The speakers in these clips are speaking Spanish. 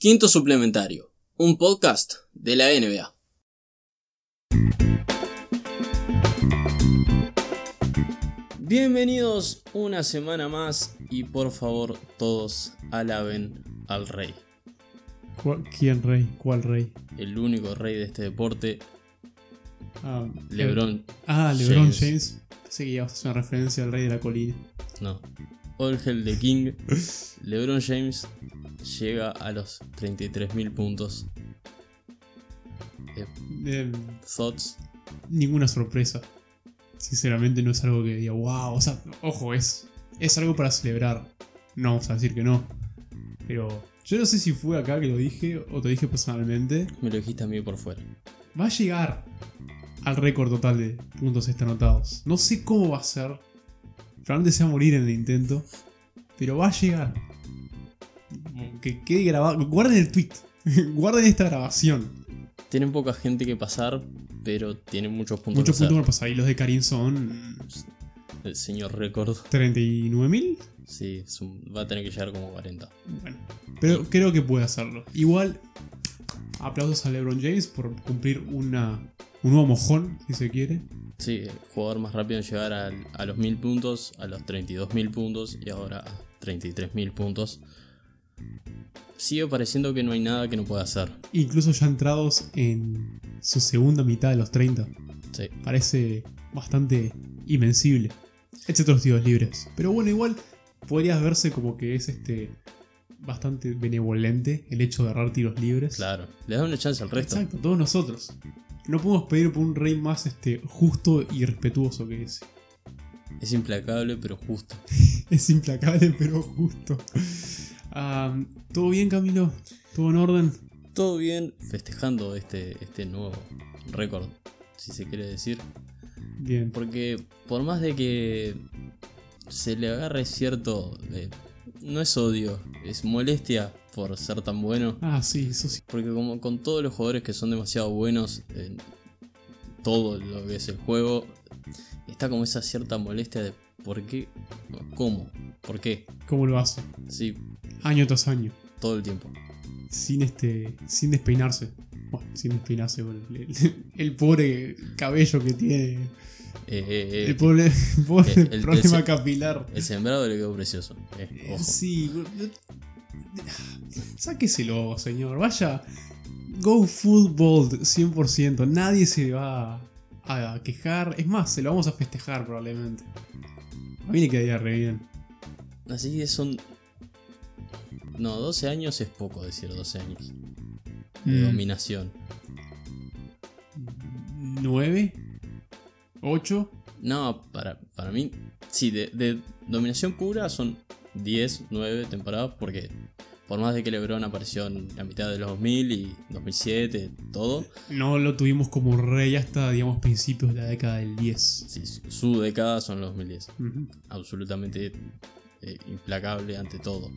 Quinto Suplementario, un podcast de la NBA. Bienvenidos una semana más y por favor todos alaben al rey, ¿Cuál- ¿Quién rey? ¿Cuál rey? el único rey de este deporte, Ah, LeBron. Ah, LeBron James. James. Pensé que ibas a hacer una referencia al rey de la colina. No. Orgel de King, LeBron James llega a los 33.000 puntos. Eh, Thoughts. ninguna sorpresa. Sinceramente no es algo que diga, wow, o sea, ojo, es, es algo para celebrar. No vamos a decir que no. Pero yo no sé si fue acá que lo dije o te dije personalmente. Me lo dijiste a mí por fuera. Va a llegar al récord total de puntos este anotados. No sé cómo va a ser. Probablemente se va a morir en el intento. Pero va a llegar. Que quede grabado. Guarden el tweet. Guarden esta grabación. Tienen poca gente que pasar, pero tienen muchos puntos. Muchos que hacer. puntos van a pasar. Y los de Karim son. El señor récord. 39.000. Sí, es un- va a tener que llegar como 40. Bueno. Pero creo que puede hacerlo. Igual. Aplausos a LeBron James por cumplir una, un nuevo mojón, si se quiere. Sí, el jugador más rápido en llegar al- a los 1000 puntos, a los 32.000 puntos y ahora a 33.000 puntos. Sigue pareciendo que no hay nada que no pueda hacer. Incluso ya entrados en su segunda mitad de los 30. Sí. parece bastante invencible. Excepto los tiros libres. Pero bueno, igual podrías verse como que es este bastante benevolente el hecho de agarrar tiros libres. Claro, le da una chance al resto. Exacto, todos nosotros. No podemos pedir por un rey más este, justo y respetuoso que ese. Es implacable, pero justo. Es implacable, pero justo. Ah, ¿Todo bien, Camilo? ¿Todo en orden? Todo bien, festejando este, este nuevo récord, si se quiere decir. Bien. Porque por más de que se le agarre cierto... eh, no es odio, es molestia por ser tan bueno. Ah, sí, eso sí. Porque como con todos los jugadores que son demasiado buenos en todo lo que es el juego, está como esa cierta molestia de por qué, cómo, por qué. ¿Cómo lo hace? Sí, Año tras año. todo el tiempo. sin este sin despeinarse bueno sin despeinarse bueno, el, el- el pobre cabello que tiene Eh, eh, eh, el pobre, pobre el- el- problema el- capilar el sembrado le quedó precioso. eh, ojo. sí boludo. sáqueselo señor vaya go football 100% nadie se va a, a quejar es más se lo vamos a festejar probablemente a mí me quedaría re bien Así que son... No, 12 años es poco decir 12 años. Mm. De dominación. Mm, 9 8 No, para, para mí, sí, de, de dominación pura son 10, 9 temporadas, porque por más de que LeBron apareció en la mitad de los 2000 y 2007, todo, No lo tuvimos como rey hasta, digamos, principios de la década del 10. sí, su- su década son los 2010. Ujú, Absolutamente eh, implacable ante todo.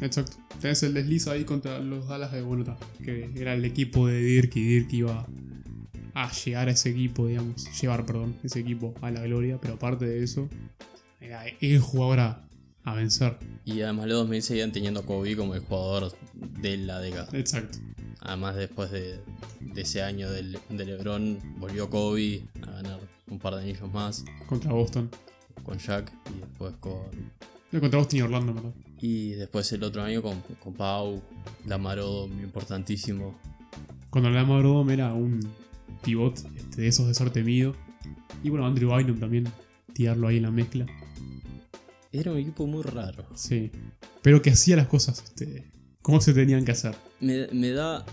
Exacto. Tenés el desliz ahí contra los Dallas de Bonota, que era el equipo de Dirk y Dirk iba a llegar a ese equipo, digamos, llevar, perdón, ese equipo a la gloria, pero aparte de eso, era el jugador a, a vencer. Y además los 2000 seguían teniendo a Kobe como el jugador de la década. Exacto. Además después de, de ese año del- de, LeBron, volvió Kobe a ganar un par de anillos más Contra Boston. con Jack y después con No, contra Boston y Orlando, perdón. Y después el otro año con, con Pau, Lamaro, importantísimo. Cuando la Odom era un pivot este, de esos de sorte mío. Y bueno, Andrew Bynum también, tirarlo ahí en la mezcla. Era un equipo muy raro. Sí. Pero que hacía las cosas este, como se tenían que hacer. Me, me da.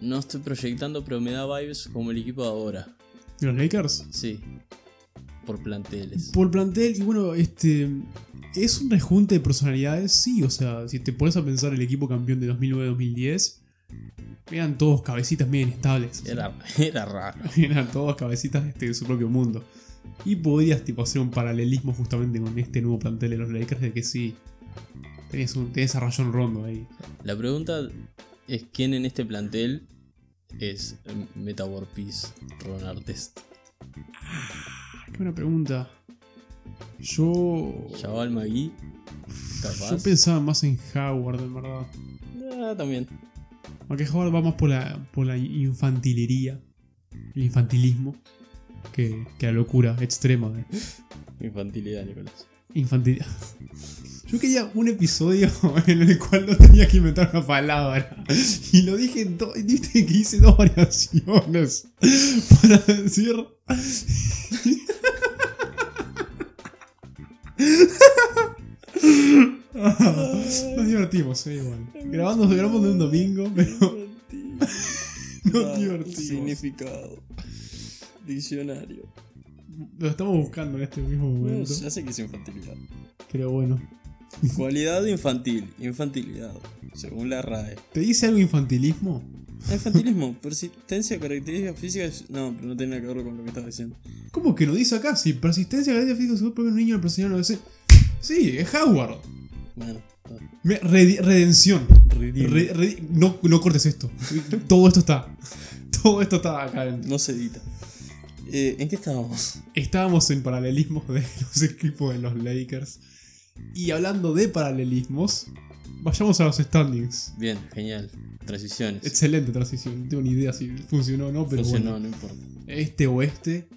No estoy proyectando, pero me da vibes como el equipo de ahora. ¿Y los Lakers? Sí. Por planteles. Por plantel, y bueno, este. Es un rejunte de personalidades, sí. O sea, si te pones a pensar el equipo campeón de 2009-2010, eran todos cabecitas medio inestables. Era, era raro. Eran todos cabecitas este, de su propio mundo. Y podrías tipo, hacer un paralelismo justamente con este nuevo plantel de los Lakers, de que sí. Tenés, un, tenés a Rayon Rondo ahí. La pregunta es: ¿quién en este plantel es Meta War Peace Ron Artest? Ah, Qué buena pregunta. Yo. Chaval Magui, Yo capaz. pensaba más en Howard, en verdad. Ah, Ah, también. Aunque Howard va más por la, por la infantilería, el infantilismo, que, que la locura extrema. de- Infantilidad, Nicolás. Infantil. Yo quería un episodio en el cual no tenía que inventar una palabra. Y lo dije en dos. Viste que hice dos variaciones. Para decir. Nos divertimos, eh, igual. Grabando, grabamos de un domingo, pero no Ah, divertimos. Significado. Diccionario. Lo estamos buscando en este mismo No, momento. ya sé que es infantilidad. Pero bueno. Cualidad infantil. Infantilidad. Según la RAE. ¿Te dice algo infantilismo? Infantilismo, persistencia, características físicas. No, pero no tiene nada que ver con lo que estaba diciendo. ¿Cómo que lo dice acá? Si persistencia gracias física se puede un niño al presionar lo desea. Sí, es Howard. Bueno, no. Me- redi- redención. Re- redi- no, no cortes esto. Todo esto está. Todo esto está acá adentro. no se edita. Eh, ¿En qué estábamos? Estábamos en paralelismos de los equipos de los Lakers. Y hablando de paralelismos, vayamos a los standings. Bien, genial. Transiciones. Excelente transición. No tengo ni idea si funcionó o no, pero Entonces, bueno. no, no importa. Este oeste.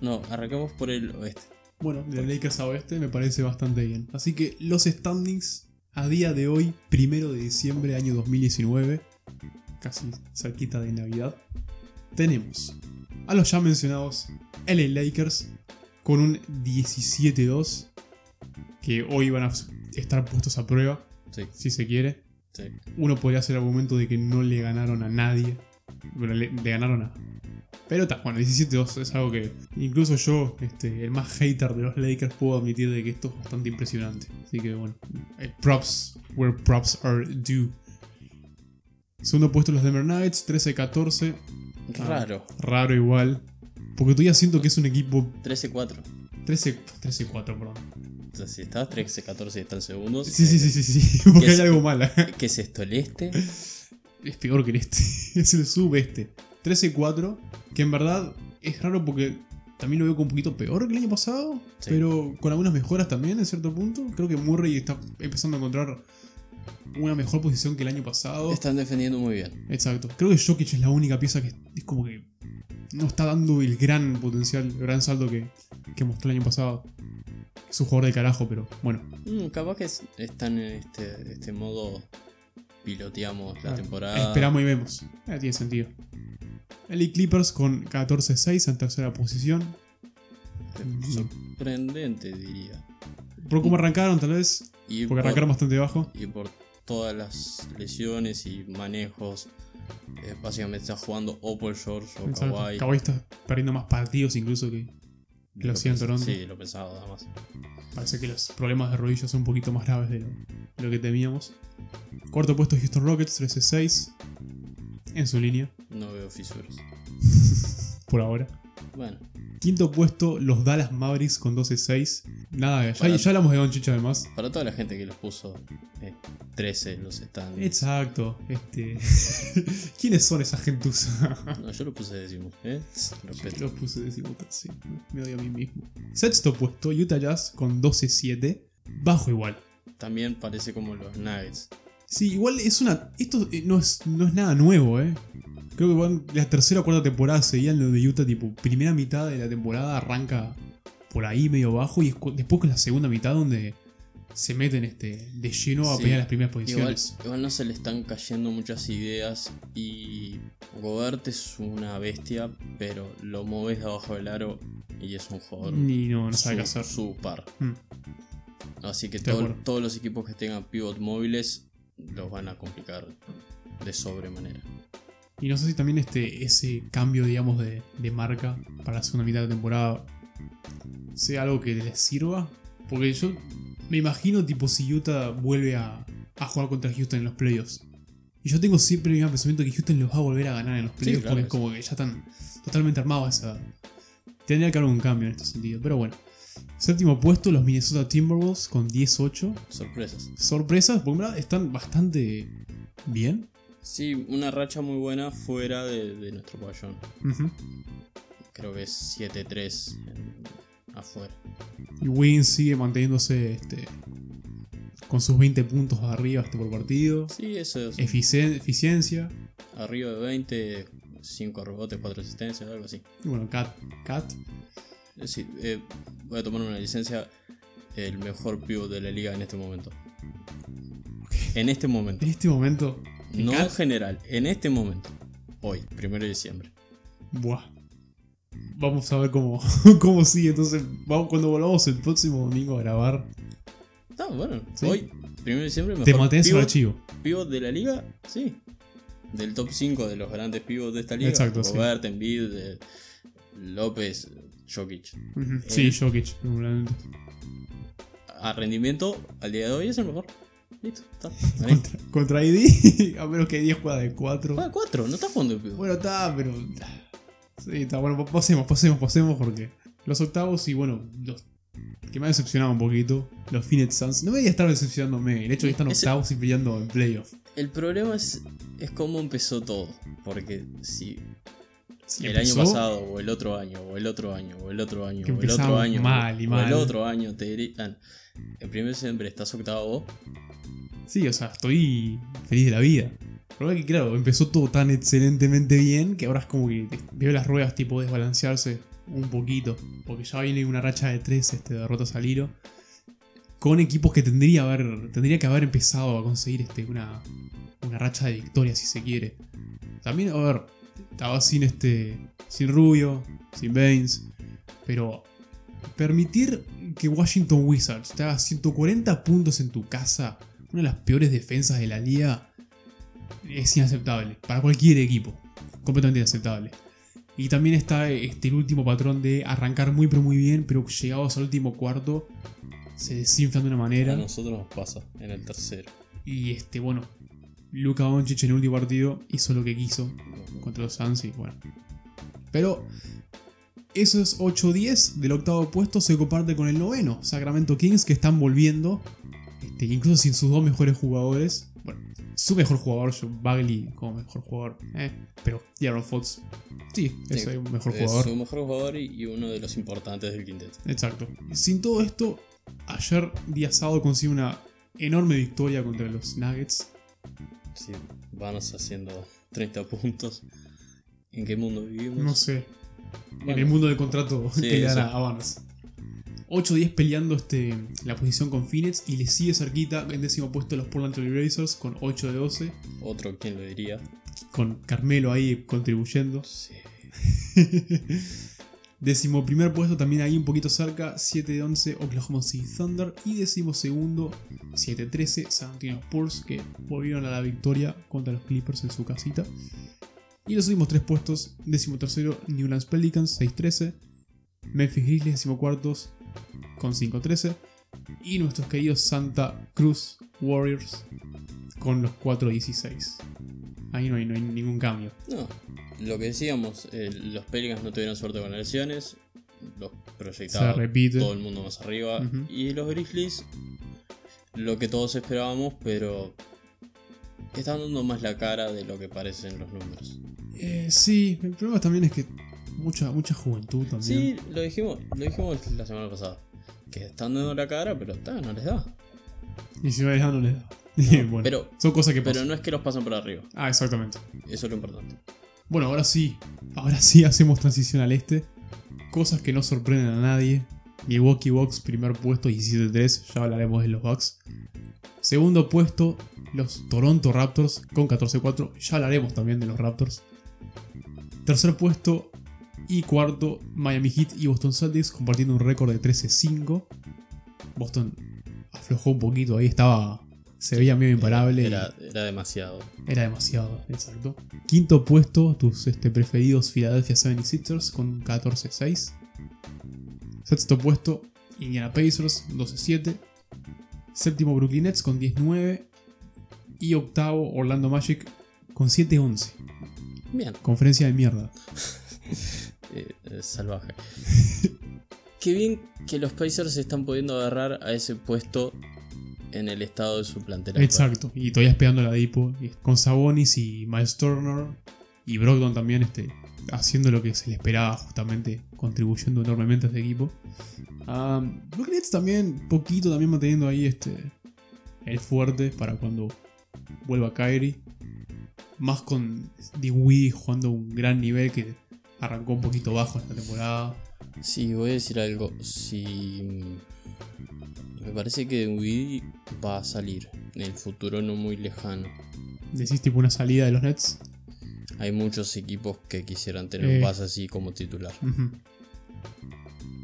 No, arrancamos por el oeste. Bueno, de Lakers a oeste me parece bastante bien. Así que los standings a día de hoy, primero de diciembre año 2019, casi cerquita de Navidad, tenemos a los ya mencionados LA Lakers con un 17-2, que hoy van a estar puestos a prueba, Sí, si se quiere. sí. Uno podría hacer el argumento de que no le ganaron a nadie. Bueno, le, le ganaron a. Pero está, bueno, 17-2 es algo que incluso yo, este, el más hater de los Lakers, puedo admitir de que esto es bastante impresionante. Así que bueno, eh, props where props are due. Segundo puesto los Denver Nuggets, 13-14. Ah. Raro. Raro igual. Porque todavía siento que es un equipo 13-4. 13 13-4, perdón. O sea, si estabas 13-14 y están segundos. Sí, sí, sí, sí, sí, porque Que hay es- algo mal. ¿Qué es esto? ¿El este? es peor que el este. es el subeste. 13-4, que en verdad es raro porque también lo veo como un poquito peor que el año pasado, Sí. pero con algunas mejoras también en cierto punto. Creo que Murray está empezando a encontrar una mejor posición que el año pasado. Están defendiendo muy bien. Exacto. Creo que Jokic es la única pieza que es como que no está dando el gran potencial, el gran salto que, que mostró el año pasado. Es un jugador de carajo, pero bueno. Mm, capaz que es- están en este, este modo. Piloteamos la Claro. temporada. Esperamos y vemos. Eh, tiene sentido. LA Clippers con 14-6 en tercera posición. Sorprendente, diría. Mm. Por cómo arrancaron, tal vez. Y Porque arrancaron bastante bajo. y por todas las lesiones y manejos. eh, básicamente está jugando o por George o Pensaba Kawhi. que Kawhi está perdiendo más partidos incluso que que lo hacía en pens- Toronto. Sí, lo pensaba nada más. parece que los problemas de rodillas son un poquito más graves de lo, de lo que temíamos. Cuarto puesto Houston Rockets, 13-6. En su línea, No veo fisuras. por ahora. Bueno, Quinto puesto, los Dallas Mavericks con 12-6. Nada, ya, Para- ya hablamos de Doncic además. para toda la gente que los puso eh, 13 los están. Exacto, este. ¿Quiénes son esa gentuza? No, yo lo puse décimo, ¿eh? Respeto. Los puse decimotas, sí. Me odio a mí mismo. Sexto puesto, Utah Jazz con 12-7. Bajo igual. También parece como los Nuggets. Sí, igual es una. Esto eh, no es, no es nada nuevo, eh. Creo que van la tercera o cuarta temporada seguían lo de Utah, tipo, primera mitad de la temporada arranca por ahí medio bajo y es cu- después con la segunda mitad donde se meten este, de lleno a Sí. pelear las primeras Igual, posiciones. igual no se le están cayendo muchas ideas y Gobert es una bestia, pero lo moves de abajo del aro y es un jugador Y no, no sabe qué su- hacer. super. Mm. Así que Estoy de todo- acuerdo. todos los equipos que tengan pivot móviles los van a complicar de sobremanera. Y no sé si también este, ese cambio, digamos, de, de marca para la segunda mitad de temporada sea algo que les sirva. Porque yo me imagino, tipo, si Utah vuelve a, a jugar contra Houston en los playoffs. Y yo tengo siempre el mismo pensamiento que Houston los va a volver a ganar en los playoffs claro, porque es sí. como que ya están totalmente armados esa. Tendría que haber un cambio en este sentido, pero bueno. Séptimo puesto, los Minnesota Timberwolves con 10-8. Sorpresas. Sorpresas, porque en verdad están bastante bien. Sí, una racha muy buena fuera de, de nuestro pabellón. Ujú. Creo que es 7-3 en- afuera. Y Win sigue manteniéndose este, con sus 20 puntos arriba hasta por partido. Sí, eso es. Eficien- eficiencia. Arriba de 20, 5 rebotes, 4 asistencias, algo así. Y bueno, Cat. Cat. Es decir, eh, voy a tomar una licencia. El mejor pivot de la liga en este momento. En este momento. En este momento. No en Cat- general, en este momento. Hoy, primero de diciembre. Buah. Vamos a ver cómo, cómo sigue. Entonces, vamos, cuando volvamos el próximo domingo a grabar, No, bueno, Sí. hoy, primero de diciembre, mejor te maté ese pivot, archivo. pivot de la liga, sí. Del top 5 de los grandes pivots de esta liga. Exacto, sí. Robert, Embiid, eh, López, Jokic. Ujú. Sí, Jokic, seguramente. A rendimiento, al día de hoy es el mejor. Listo, está. Gané. Contra, contra ID, a menos que 10 juega de 4. Juega 4, Ah, no está jugando el pivot. Bueno, está, pero. Sí, está bueno. Pasemos, pasemos, pasemos, porque los octavos y bueno, los que me ha decepcionado un poquito, los Phoenix Suns. No me voy a estar decepcionándome el hecho de que están Ese- octavos y peleando en playoff. El problema es, es cómo empezó todo. Porque si Sí, el empezó año pasado, o el otro año, o el otro año, o el otro año, Que o el otro empezamos año, mal y o mal. el otro año, te gritan. En primer siempre estás octavo, Sí, o sea, estoy feliz de la vida. Pero es que, claro, empezó todo tan excelentemente bien que ahora es como que veo las ruedas tipo desbalancearse un poquito. Porque ya viene una racha de tres este, derrotas al hilo. Con equipos que tendría, haber, tendría que haber empezado a conseguir este, una, una racha de victorias, si se quiere. También, a ver, estaba sin, este, sin Rubio, sin Baines. Pero Permitir que Washington Wizards te haga 140 puntos en tu casa, una de las peores defensas de la liga, es inaceptable. Para cualquier equipo. Completamente inaceptable. Y también está este, el último patrón de arrancar muy pero muy bien, pero llegados al último cuarto se desinflan de una manera. a nosotros nos pasa en el tercero. Y este, bueno, Luka Doncic en el último partido hizo lo que quiso contra los Suns y bueno. Pero esos 8-10 del octavo puesto se comparte con el noveno, Sacramento Kings, que están volviendo, este, incluso sin sus dos mejores jugadores. Bueno, su mejor jugador, John Bagley, como mejor jugador, eh, pero Aaron Fox, sí, es Sí, el mejor Es jugador. su mejor jugador y y uno de los importantes del quinteto. Exacto. Sin todo esto, ayer día sábado consigue una enorme victoria contra los Nuggets. Sí, van haciendo 30 puntos. ¿En qué mundo vivimos? No sé, en Bueno, el mundo del contrato Sí, que le dan sí. a a Barnes. 8-10 peleando este, la posición con Phoenix y le sigue cerquita en décimo puesto los Portland Trail Blazers con 8 de 12, Otro, ¿quién lo diría? con Carmelo ahí contribuyendo. Sí. décimo primer puesto también ahí un poquito cerca, 7 de 11 Oklahoma City Thunder y décimo segundo 7-13 San Antonio Spurs que volvieron a la victoria contra los Clippers en su casita. Y los últimos tres puestos, décimo tercero New Orleans Pelicans 6-13, Memphis Grizzlies décimo cuartos con 5-13 y nuestros queridos Santa Cruz Warriors con los 4-16. Ahí no hay, no hay ningún cambio. No, lo que decíamos, eh, los Pelicans no tuvieron suerte con las lesiones. Los Se proyectados repite. todo el mundo más arriba. Ujú. Y los Grizzlies, lo que todos esperábamos, pero están dando más la cara de lo que parecen los números. Eh, sí, el problema también es que mucha, mucha juventud Sí, también. lo dijimos, lo dijimos la semana pasada. Que están dando la cara, pero ta, no les da. 19 años no les da. Y bueno, pero- son cosas que Pero pasan. no es que los pasan por arriba. Ah, exactamente. Eso es lo importante. Bueno, ahora sí. Ahora sí hacemos transición al este. Cosas que no sorprenden a nadie. Milwaukee Bucks, primer puesto, 17-3. Ya hablaremos de los Bucks. Segundo puesto, los Toronto Raptors con 14-4. Ya hablaremos también de los Raptors. Tercer puesto y cuarto, Miami Heat y Boston Celtics compartiendo un récord de 13-5. Boston aflojó un poquito, ahí estaba. Se veía medio imparable. y- Era, era demasiado. era demasiado, exacto. Quinto puesto, tus este, preferidos Philadelphia 76ers con un 14-6. Sexto puesto, Indiana Pacers 12-7. Séptimo, Brooklyn Nets con 10-9. Y octavo, Orlando Magic con 7-11. Bien, Conferencia de mierda. eh, eh, salvaje. Qué bien que los Pacers se están pudiendo agarrar a ese puesto en el estado de su plantera. actual. Exacto. Y todavía esperando la Dipo. Con Sabonis y Miles Turner. Y Brogdon también este, haciendo lo que se le esperaba, justamente contribuyendo enormemente a este equipo. Um, Brooklyn Nets también, poquito también manteniendo ahí este, el fuerte para cuando vuelva Kyrie. Más con Dewey jugando un gran nivel que arrancó un poquito bajo esta temporada. Sí, voy a decir algo. Si. Me parece que Dewey va a salir en el futuro no muy lejano. Decís tipo una salida de los Nets. Hay muchos equipos que quisieran tener Eh. un pase así como titular. Ujú.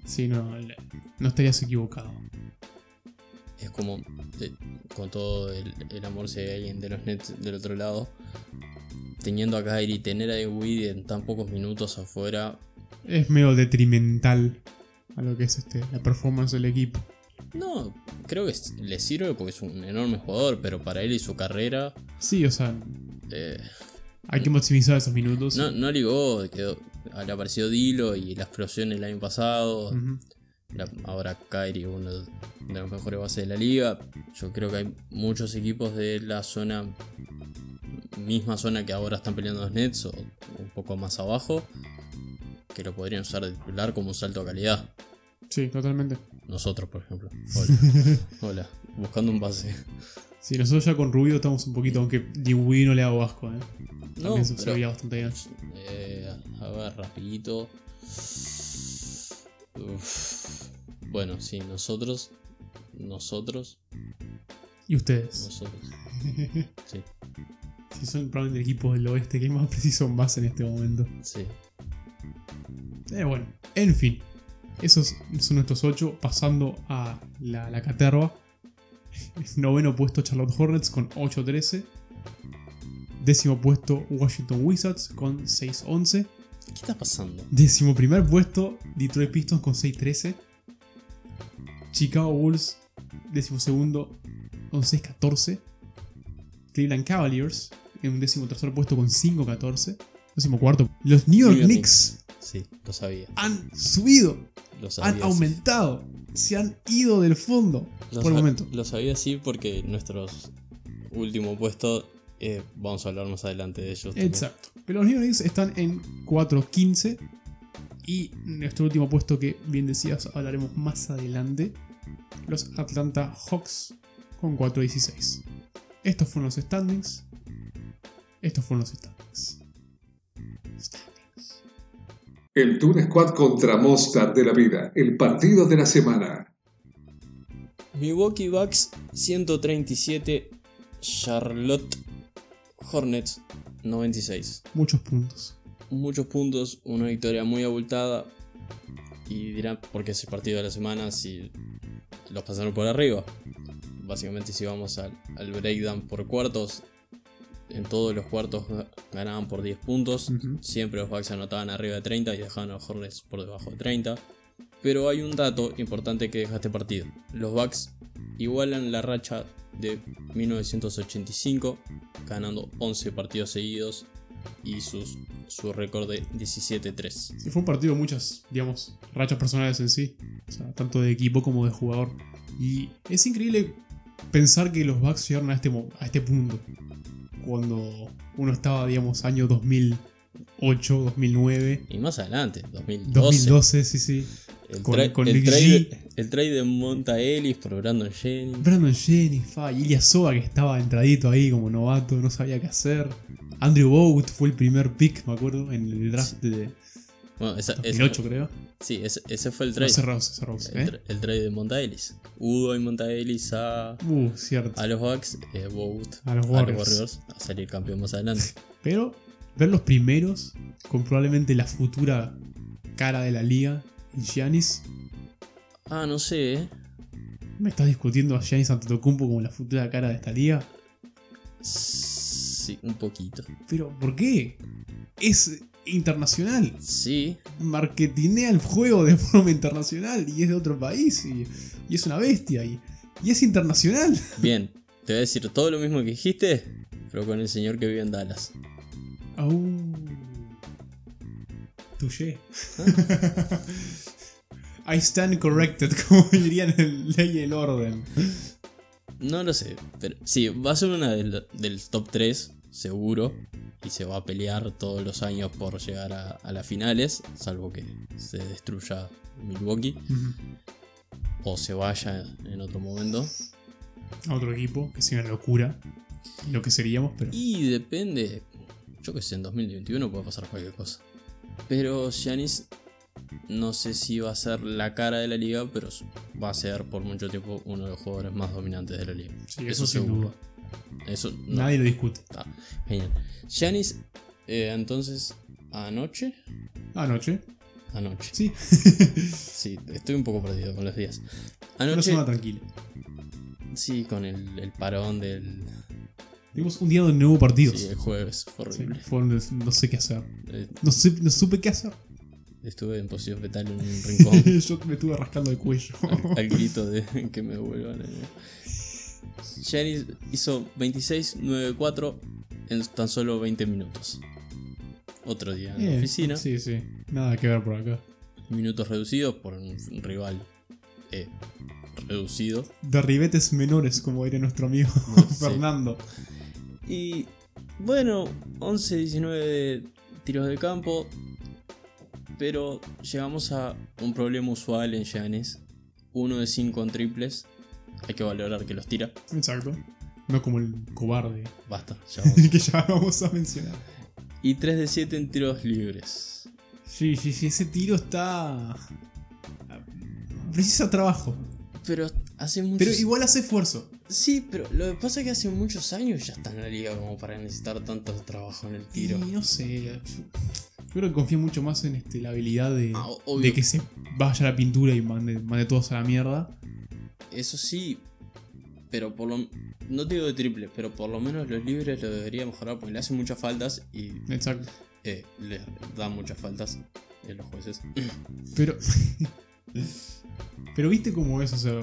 Sí, no, le- no estarías equivocado. Es como, eh, con todo el, el amor si hay alguien de los Nets del otro lado, teniendo a Kyrie, tener a Dewey en tan pocos minutos afuera, Es medio detrimental a lo que es este, la performance del equipo. no, creo que s- le sirve porque es un enorme jugador, pero para él y su carrera, Sí, o sea, eh, hay que maximizar esos minutos. no, no ligó, quedó, le apareció Dilo y la explosión el año pasado, Ujú. la- ahora Kyrie, uno de los mejores bases de la liga. Yo creo que hay muchos equipos de la zona, misma zona que ahora están peleando los Nets o un poco más abajo, que lo podrían usar de titular como un salto de calidad. Sí, totalmente. Nosotros, por ejemplo. Hola, Hola. buscando un base. Sí, nosotros ya con Rubio estamos un poquito, aunque Dewey no le hago asco, ¿eh? No, También se- se pero- veía bastante bien. Eh, a ver, rapidito. Uf. Bueno, sí, nosotros, nosotros, ¿Y ustedes? nosotros. Sí. si son probablemente el equipo del oeste que más preciso en base en este momento. Sí, Eh, bueno, en fin. Esos son nuestros ocho. Pasando a la, la caterva. Noveno puesto Charlotte Hornets con 8-13. Décimo puesto Washington Wizards con 6-11. ¿Qué está pasando? Décimo primer puesto Detroit Pistons con 6-13. Chicago Bulls, décimo segundo con 6-14. Cleveland Cavaliers en un décimo tercer puesto con 5-14. Décimo cuarto. Los New York New York Knicks Sí, lo sabía. han subido, Lo han sabía. sí. aumentado, se han ido del fondo Lo por el sa- momento. Lo sabía sí porque nuestros último puesto eh, vamos a hablar más adelante de ellos. también. Exacto. Pero los New York Knicks están en 4-15 y nuestro último puesto que bien decías hablaremos más adelante, los Atlanta Hawks con 4-16. Estos fueron los standings. Estos fueron los standings. Standings. El Toon Squad contra Mostar de la Vida, el partido de la semana. Milwaukee Bucks 137, Charlotte Hornets 96. Muchos puntos. Muchos puntos, una victoria muy abultada. Y dirán, ¿por qué es el partido de la semana si los pasaron por arriba? Básicamente si vamos al, al breakdown por cuartos, en todos los cuartos ga- ganaban por 10 puntos. Ujú. Siempre los Bucks anotaban arriba de 30 y dejaban a los Hornets por debajo de 30. Pero hay un dato importante que deja este partido. Los Bucks igualan la racha de 1985, ganando 11 partidos seguidos y sus, su récord de 17-3. Sí, fue un partido de muchas, digamos, rachas personales en sí. O sea, tanto de equipo como de jugador. Y es increíble pensar que los Bucks llegaron a este, mo- a este punto. Cuando uno estaba, digamos, año 2008, 2009, Y más adelante, 2012. 2012, sí, sí. el, con- tra- con el Big trade, el trade de Monta Ellis por Brandon Jennings. Brandon Jennings, fa, Ilya Soba que estaba entradito ahí como novato, no sabía qué hacer. Andrew Bogut fue el primer pick, me acuerdo, en el draft de Bueno, esa- esa- 2008, creo. sí, ese, ese fue el No, trade. Cerrose, Cerrose, el, ¿eh? tra- el trade de Monta Ellis. Udo y Monta Ellis a, Uh, cierto. a los Bucks, eh, Bogut a A los los Warriors. Warriors a salir campeón más adelante. Pero ver los primeros con probablemente la futura cara de la liga, Giannis. Ah, no sé, eh. ¿Me estás discutiendo a Giannis Antetokounmpo como la futura cara de esta liga? Sí, un poquito. ¿Pero por qué? Es internacional. Sí, Marketinea el juego de forma internacional y es de otro país y, y es una bestia y, y es internacional. bien. Te voy a decir todo lo mismo que dijiste, pero con el señor que vive en Dallas. Aún. Touché. I stand corrected, como dirían en Ley y el Orden. No lo sé, pero sí, va a ser una del, del top 3, seguro. Y se va a pelear todos los años por llegar a, a las finales, salvo que se destruya Milwaukee Ujú. o se vaya en otro momento. a otro equipo, que es una locura lo que seríamos, pero Y depende. Yo que sé, en 2021 puede pasar cualquier cosa. Pero Giannis no sé si va a ser la cara de la liga, pero va a ser por mucho tiempo uno de los jugadores más dominantes de la liga. sí, eso eso, sin seguro. duda. Eso no, Nadie lo discute. genial. Giannis, eh, entonces, anoche. Anoche, Anoche. sí. Sí, estoy un poco perdido con los días. Una Anoche, semana tranquila. sí, con el, el parón del Tuvimos un día donde no hubo partidos. sí, el jueves. Fue Sí, horrible. fueron de- no sé qué hacer. Eh, No, sé, no supe qué hacer. estuve en posición fetal en un rincón. Yo me estuve rascando el cuello. al, al grito de que me devuelvan. Janis hizo 26-9-4 en tan solo 20 minutos. Otro día en la Bien, oficina. Sí, sí. Nada que ver por acá. Minutos reducidos por un rival eh, reducido. Derribetes menores, como diría nuestro amigo No sé. Fernando. Y bueno, 11-19 tiros de campo. Pero llegamos a un problema usual en Giannis. Uno de 5 en triples. Hay que valorar que los tira. Exacto. No como el cobarde Basta, ya vamos. que ya vamos a mencionar. Y 3 de 7 en tiros libres. Sí, sí, sí. Ese tiro está. Precisa trabajo. Pero hace muchos Pero igual hace esfuerzo. Sí, pero lo que pasa es que hace muchos años ya está en la liga como para necesitar tanto trabajo en el tiro. Y no sé. Yo, yo creo que confío mucho más en este, la habilidad de, Ah, o- obvio. de que se vaya a la pintura y mande, mande todos a la mierda. Eso sí, pero por lo no te digo de triple, pero por lo menos los libres lo debería mejorar porque le hacen muchas faltas y Exacto. eh, le dan muchas faltas eh, los jueces. Pero. pero viste cómo es, o sea.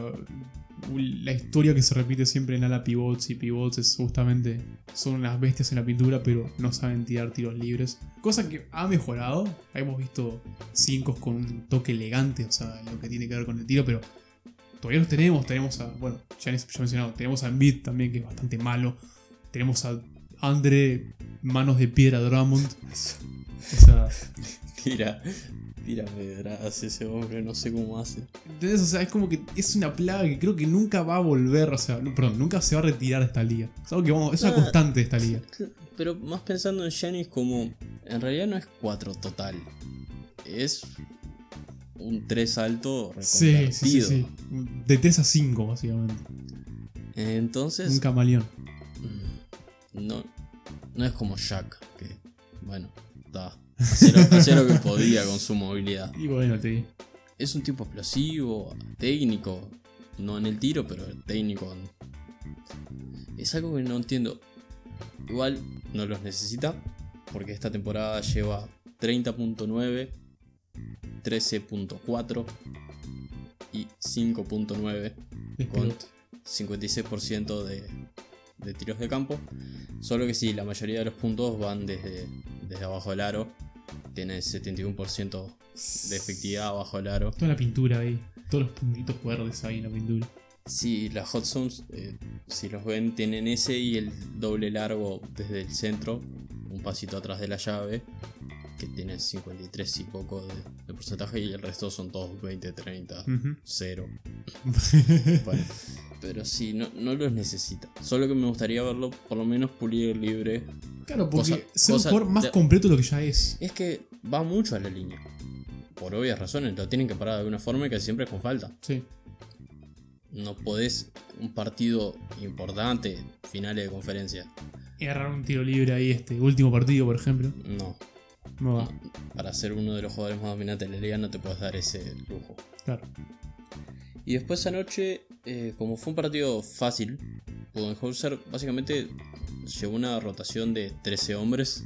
La historia que se repite siempre en ala pivots y pivots es justamente. Son unas bestias en la pintura, pero no saben tirar tiros libres. Cosa que ha mejorado. Hemos visto cinco con un toque elegante, o sea, lo que tiene que ver con el tiro, pero. Todavía los tenemos. Tenemos a. Bueno, ya les- ya he mencionado. Tenemos a Embiid también, que es bastante malo. Tenemos a Andre, manos de piedra Drummond. O sea. Tira, tira pedradas ese hombre, no sé cómo hace. ¿Entendés? O sea, es como que es una plaga que creo que nunca va a volver, o sea, no, perdón, nunca se va a retirar de esta liga. Es algo que vamos, es una Ah. constante de esta liga. Pero más pensando en Giannis como. En realidad no es 4 total. Es un 3 alto Sí, reconvertido. sí, sí, sí. De 3 a 5, básicamente. Entonces. Un camaleón. mm, No, no es como Shaq, que. Bueno, está. Hacía lo, hacía lo que podía con su movilidad. Y bueno, te Es un tipo explosivo, técnico. No en el tiro, pero técnico. en- Es algo que no entiendo. Igual no los necesita, porque esta temporada lleva 30.9, 13.4 y 5.9, con despelote. 56% de, de tiros de campo. Solo que sí, la mayoría de los puntos van desde, desde abajo del aro. Tiene 71% de efectividad abajo del aro. Toda la pintura ahí. Todos los puntitos verdes ahí en la pintura. Sí, las Hot Zones, eh, si los ven, tienen ese y el doble largo desde el centro, un pasito atrás de la llave, que tiene 53 y poco de, de porcentaje, y el resto son todos 20, 30, Ujú. 0. Bueno, pero sí, no, no los necesita. Solo que me gustaría verlo por lo menos pulir libre. claro, Cosa- porque ser cosa un jugador más de- completo de lo que ya es. Es que va mucho a la línea. Por obvias razones, lo tienen que parar de alguna forma y que siempre es con falta. Sí. No podés un partido importante, finales de conferencia. Y agarrar un tiro libre ahí, este último partido, por ejemplo. No, No va. para ser uno de los jugadores más dominantes de la liga no te puedes dar ese lujo. Claro. Y después anoche, eh, como fue un partido fácil, Budenholzer básicamente llevó una rotación de 13 hombres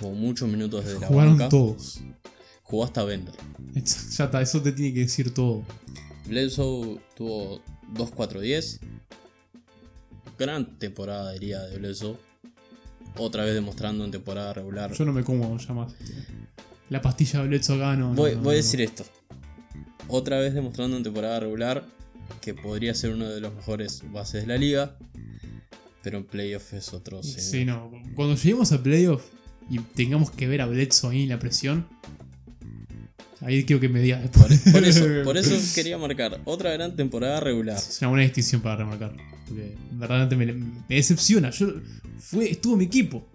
con muchos minutos de la Jugaron banca. todos. Jugó hasta Bender. Ya está, eso te tiene que decir todo. Bledsoe tuvo 2-4-10. Gran temporada, diría, de Bledsoe. Otra vez demostrando en temporada regular. Yo no me como ya más. La pastilla de Bledsoe acá no. Voy, no, voy a no. decir esto. Otra vez demostrando en temporada regular que podría ser uno de los mejores bases de la liga. Pero en playoff es otro. Sí, señor. no. Cuando lleguemos a playoff y tengamos que ver a Bledsoe ahí en la presión, Ahí quiero que me digas Por, después. por eso, por eso quería marcar otra gran temporada regular. Es una buena distinción para remarcar. Porque verdaderamente me, me decepciona. Yo fue, estuvo en mi equipo.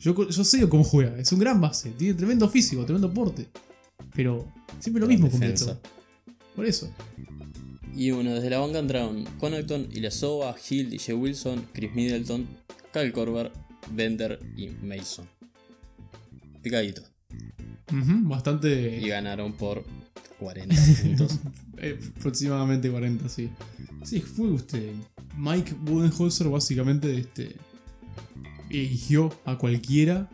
Yo, co- yo sé cómo juega. Es un gran base. Tiene tremendo físico, tremendo porte. Pero siempre lo Gran mismo defensa. compensa. Por eso. Y bueno, desde la banca entraron Connaughton, Ilasova, Hill, DJ Wilson, Chris Middleton, Kyle Korver, Bender y Mason. Picadito. Ujú, Y bastante. ganaron por 40 puntos. eh, aproximadamente 40, sí. Sí, fue usted. Mike Budenholzer básicamente este, eligió a cualquiera.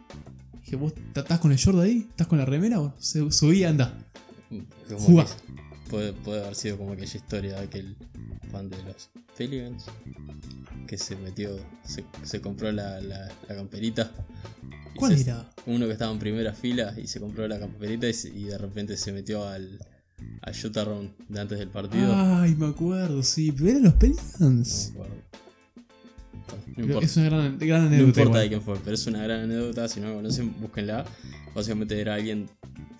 Dije, ¿vos estás con el short ahí? ¿Estás con la remera? Bueno, se- subí y anda. Como Jugá. que Puede, puede haber sido como aquella historia de aquel fan de los Pelicans que se metió, se, se compró la, la, la camperita. y ¿Cuál se- era? Uno que estaba en primera fila y se compró la camperita y, se- y de repente se metió al, al shootaround de antes del partido. Ay, me acuerdo, sí. Pero eran los Pelicans. No me acuerdo. No Pero importa. es una gran, gran No anécdota. importa igual. de quién fue, pero es una gran anécdota. Si no la conocen, búsquenla. Básicamente era alguien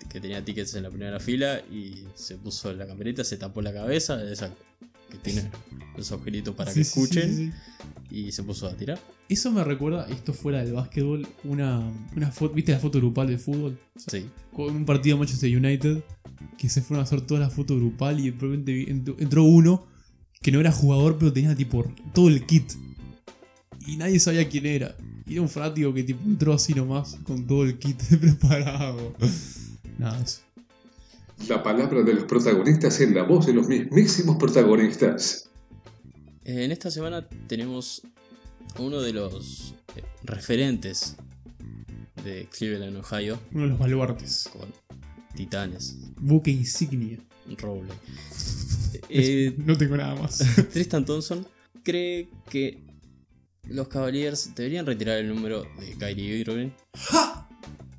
que tenía tickets en la primera fila y se puso la camperita, se tapó la cabeza, esa que tiene los agujeritos para Sí, que sí, sí, escuchen, sí, sí. y se puso a tirar. Eso me recuerda, esto fuera del básquetbol, una, una foto. ¿Viste la foto grupal del fútbol? Sí, Con un partido de Manchester United que se fueron a hacer toda la foto grupal y de repente vi- entró- entró uno que no era jugador, pero tenía tipo todo el kit. Y nadie sabía quién era. Y era un fanático que tipo entró así nomás con todo el kit preparado. Nada, eso. La palabra de los protagonistas en la voz de los mismísimos protagonistas. En esta semana tenemos a uno de los eh, referentes de Cleveland, Ohio, Uno de los baluartes. con Titanes, Buque insignia. Roble. Eh, Es- no tengo nada más. Tristan Thompson cree que los Cavaliers deberían retirar el número de Kyrie Irving,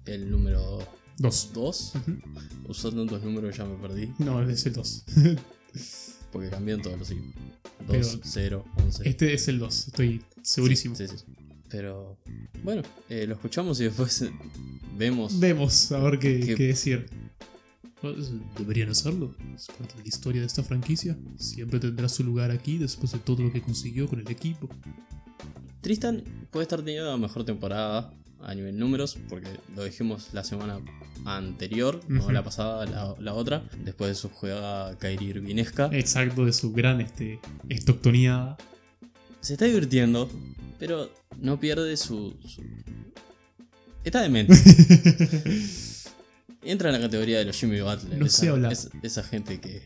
el número Dos. 2. Ujú. Usó tantos números ya me perdí, No, es el 2. porque cambian todos los equipos. Pero- 2, 0, 11. este es el 2, estoy segurísimo. Sí, sí. Pero bueno, eh, lo escuchamos y después vemos. Vemos a ver qué, Que- qué decir. Pues, Deberían hacerlo. Es parte de la historia de esta franquicia. Siempre tendrá su lugar aquí después de todo lo que consiguió con el equipo. Tristan puede estar teniendo la mejor temporada a nivel números, porque lo dijimos la semana anterior, no Ujú. la pasada, la, la otra, después de su jugada Kyrie Eh, Irvinesca. Exacto, de su gran este, estoctoneada. Se está divirtiendo, pero no pierde su. su- Está demente. Entra en la categoría de los Jimmy Butler. No sé hablar. es- esa gente que.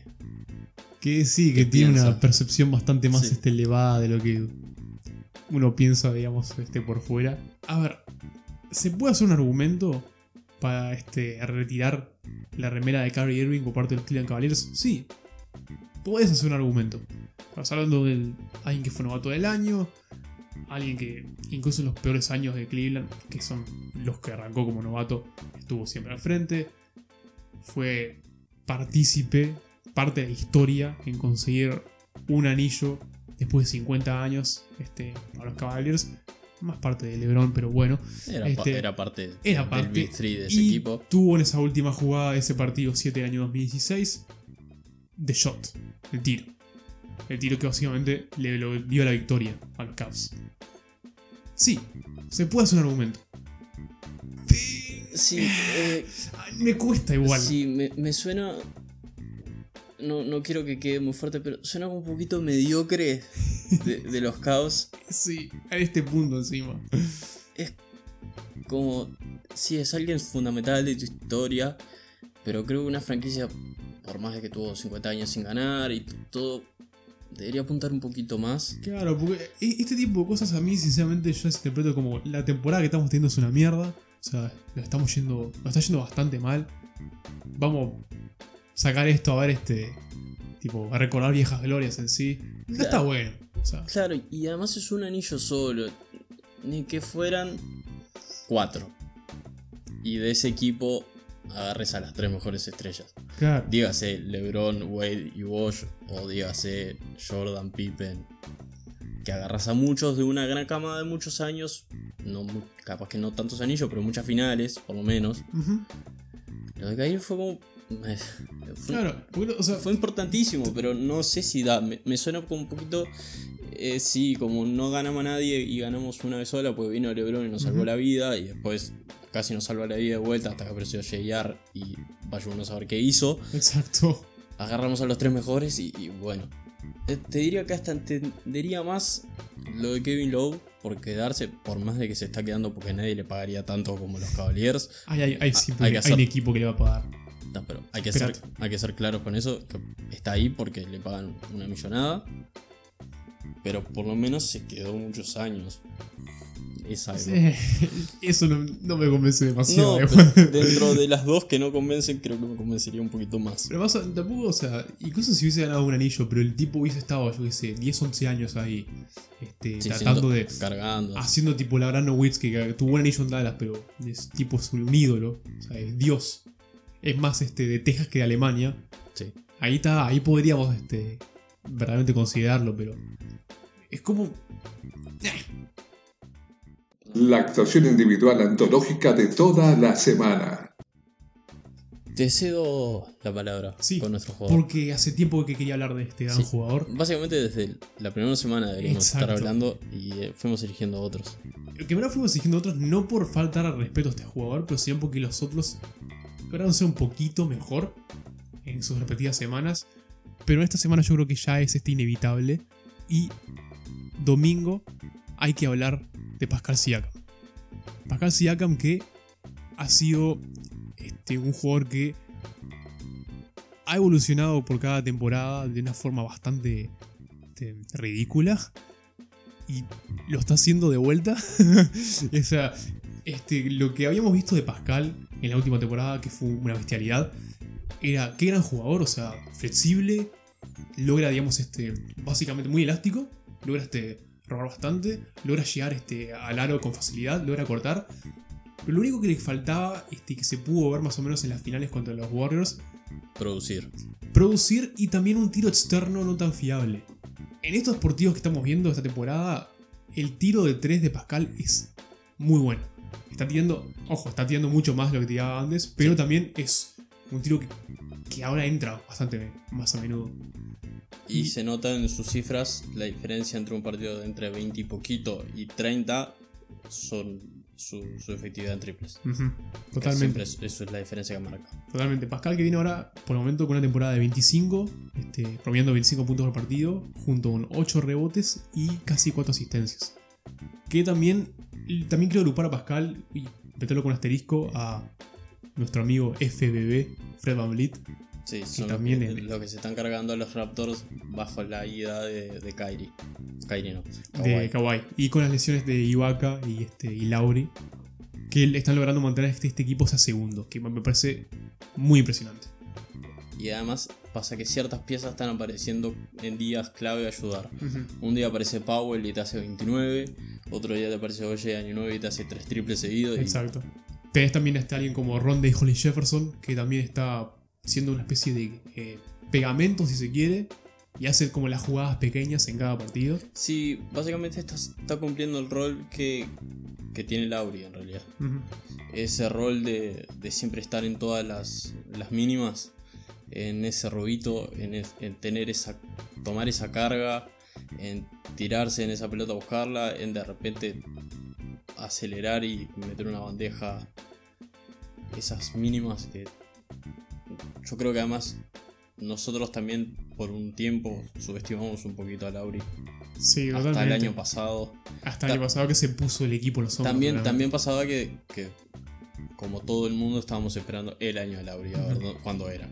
que sí, ¿Qué que tiene piensa? una percepción bastante más Sí. este, elevada de lo que uno piensa, digamos, este, por fuera. A ver, ¿se puede hacer un argumento para este, retirar la remera de Kyrie Irving por parte de los Cleveland Cavaliers? Sí, puedes hacer un argumento. Estamos hablando de alguien que fue novato del año, alguien que incluso en los peores años de Cleveland, que son los que arrancó como novato, estuvo siempre al frente, fue partícipe, parte de la historia en conseguir un anillo después de 50 años este, para los Cavaliers, más parte de LeBron, pero bueno. Era, pa- Este, era parte era del parte Big Three de ese y equipo. Tuvo en esa última jugada de ese partido 7 de año 2016. The shot. El tiro. El tiro que básicamente le lo dio la victoria a los Cavs. Sí, se puede hacer un argumento. Sí, eh, Ay, Me cuesta igual. sí, me, me suena. No, no quiero que quede muy fuerte, pero suena como un poquito mediocre de, de los caos. Sí, a este punto encima. Como. Sí, es alguien fundamental de tu historia. Pero creo que una franquicia, por más de que tuvo 50 años sin ganar y t- todo, debería apuntar un poquito más. Claro, porque e- este tipo de cosas a mí, sinceramente, yo las interpreto como la temporada que estamos teniendo es una mierda. O sea, la estamos yendo. Nos está yendo bastante mal. Vamos a sacar esto a ver este. Tipo, a recordar viejas glorias en sí. No está Claro. bueno. O sea, Claro, y además es un anillo solo. Ni que fueran cuatro. Y de ese equipo agarres a las tres mejores estrellas. claro. Dígase LeBron, Wade y Bosch. O dígase Jordan, Pippen. Que agarras a muchos de una gran camada de muchos años. No, mu- capaz que no tantos anillos, pero muchas finales, por lo menos. Ujú. Lo de Kyrie fue como Fue, Claro, porque, o sea, fue importantísimo, pero no sé si da. Me, me suena como un poquito. eh, sí, como no ganamos a nadie y ganamos una vez sola, porque vino LeBron y nos salvó Ujú. la vida, y después casi nos salvó la vida de vuelta hasta que apareció JR y vaya uno a saber qué hizo. exacto. agarramos a los tres mejores y, y bueno. Eh, Te diría que hasta entendería más lo de Kevin Lowe por quedarse, por más de que se está quedando porque nadie le pagaría tanto como los Cavaliers. Ay, ay, ay, Ah, hay sí, porque que hay, hacer- un equipo que le va a pagar. No, pero hay que, ser, Espérate. hay que ser claros con eso, que está ahí porque le pagan una millonada. Pero por lo menos se quedó muchos años. Es algo. Eso no, no me convence No, demasiado. eh, pero dentro de las dos que no convencen, creo que me convencería un poquito más. Pero pasa, tampoco, o sea, incluso si hubiese ganado un anillo, pero el tipo hubiese estado, yo qué sé, 10, 11 años ahí, este, Sí, tratando siento- de. Ah. Cargando. haciendo tipo la gran Nowitzki, que tuvo un anillo en Dallas, pero es tipo es un ídolo, o sea, es Dios. Es más este de Texas que de Alemania. Sí. Ahí está, ahí podríamos este, verdaderamente considerarlo, pero. Es como. La actuación individual antológica de toda la semana. Te cedo la palabra Sí, con nuestro jugador. Porque hace tiempo que quería hablar de este gran Sí. jugador. Básicamente desde la primera semana deberíamos estar Exacto. hablando y eh, fuimos eligiendo otros. Que ahora fuimos exigiendo otros no por faltar al respeto a este jugador, pero sino porque los otros lograron ser un poquito mejor en sus respectivas semanas. Pero esta semana yo creo que ya es este inevitable. Y domingo hay que hablar de Pascal Siakam. Pascal Siakam que ha sido este, un jugador que ha evolucionado por cada temporada de una forma bastante este, ridícula. Y lo está haciendo de vuelta. o sea, este, lo que habíamos visto de Pascal en la última temporada, que fue una bestialidad, era qué gran jugador, o sea, flexible, logra, digamos, este, básicamente muy elástico, logra este, robar bastante, logra llegar este, al aro con facilidad, logra cortar. Pero lo único que le faltaba, este, que se pudo ver más o menos en las finales contra los Warriors, Producir. producir y también un tiro externo no tan fiable. En estos partidos que estamos viendo esta temporada, el tiro de 3 de Pascal es muy bueno. Está tirando, ojo, está tirando mucho más de lo que tiraba antes, pero también es un tiro que, que ahora entra bastante más a menudo. Y, Y- se nota en sus cifras la diferencia entre un partido de entre 20 y poquito y 30 son su, su efectividad en triples. Ujú, Que Totalmente. siempre es- eso es la diferencia que marca. Totalmente. Pascal que viene ahora, por el momento, con una temporada de 25, este, promediando 25 puntos por partido, junto con 8 rebotes y casi 4 asistencias. Que también, y también quiero agrupar a Pascal y meterlo con asterisco a nuestro amigo FBB, Fred Van Sí, son también los, que, el- los que se están cargando a los Raptors bajo la ida de, de Kyrie. Kyrie no. de Kawhi. Kawhi. Y con las lesiones de Ibaka y, este, y Lauri, que le están logrando mantener este, este equipo a segundo, que me parece muy impresionante. Y además pasa que ciertas piezas están apareciendo en días clave a ayudar. Un día aparece Powell y te hace 29. Otro día te aparece Oye Año 9 y te hace 3 triples seguidos. y- Exacto. Tenés también a este alguien como Ron de Holly Jefferson, que también está siendo una especie de eh, pegamento, si se quiere, y hace como las jugadas pequeñas en cada partido. Sí, básicamente está, está cumpliendo el rol que, que tiene Lauri en realidad. Ese rol de, de siempre estar en todas las, las mínimas, en ese robito, en, es- en tener esa, tomar esa carga, en tirarse en esa pelota a buscarla, en de repente acelerar y meter una bandeja. Esas mínimas que yo creo que además nosotros también por un tiempo subestimamos un poquito a Lauri Sí, hasta el año pasado. Hasta el año pasado que se puso el equipo en los hombros. También, realmente. también pasaba que, que, como todo el mundo, estábamos esperando el año de Lauri, a ver Ujú. dó- cuándo era.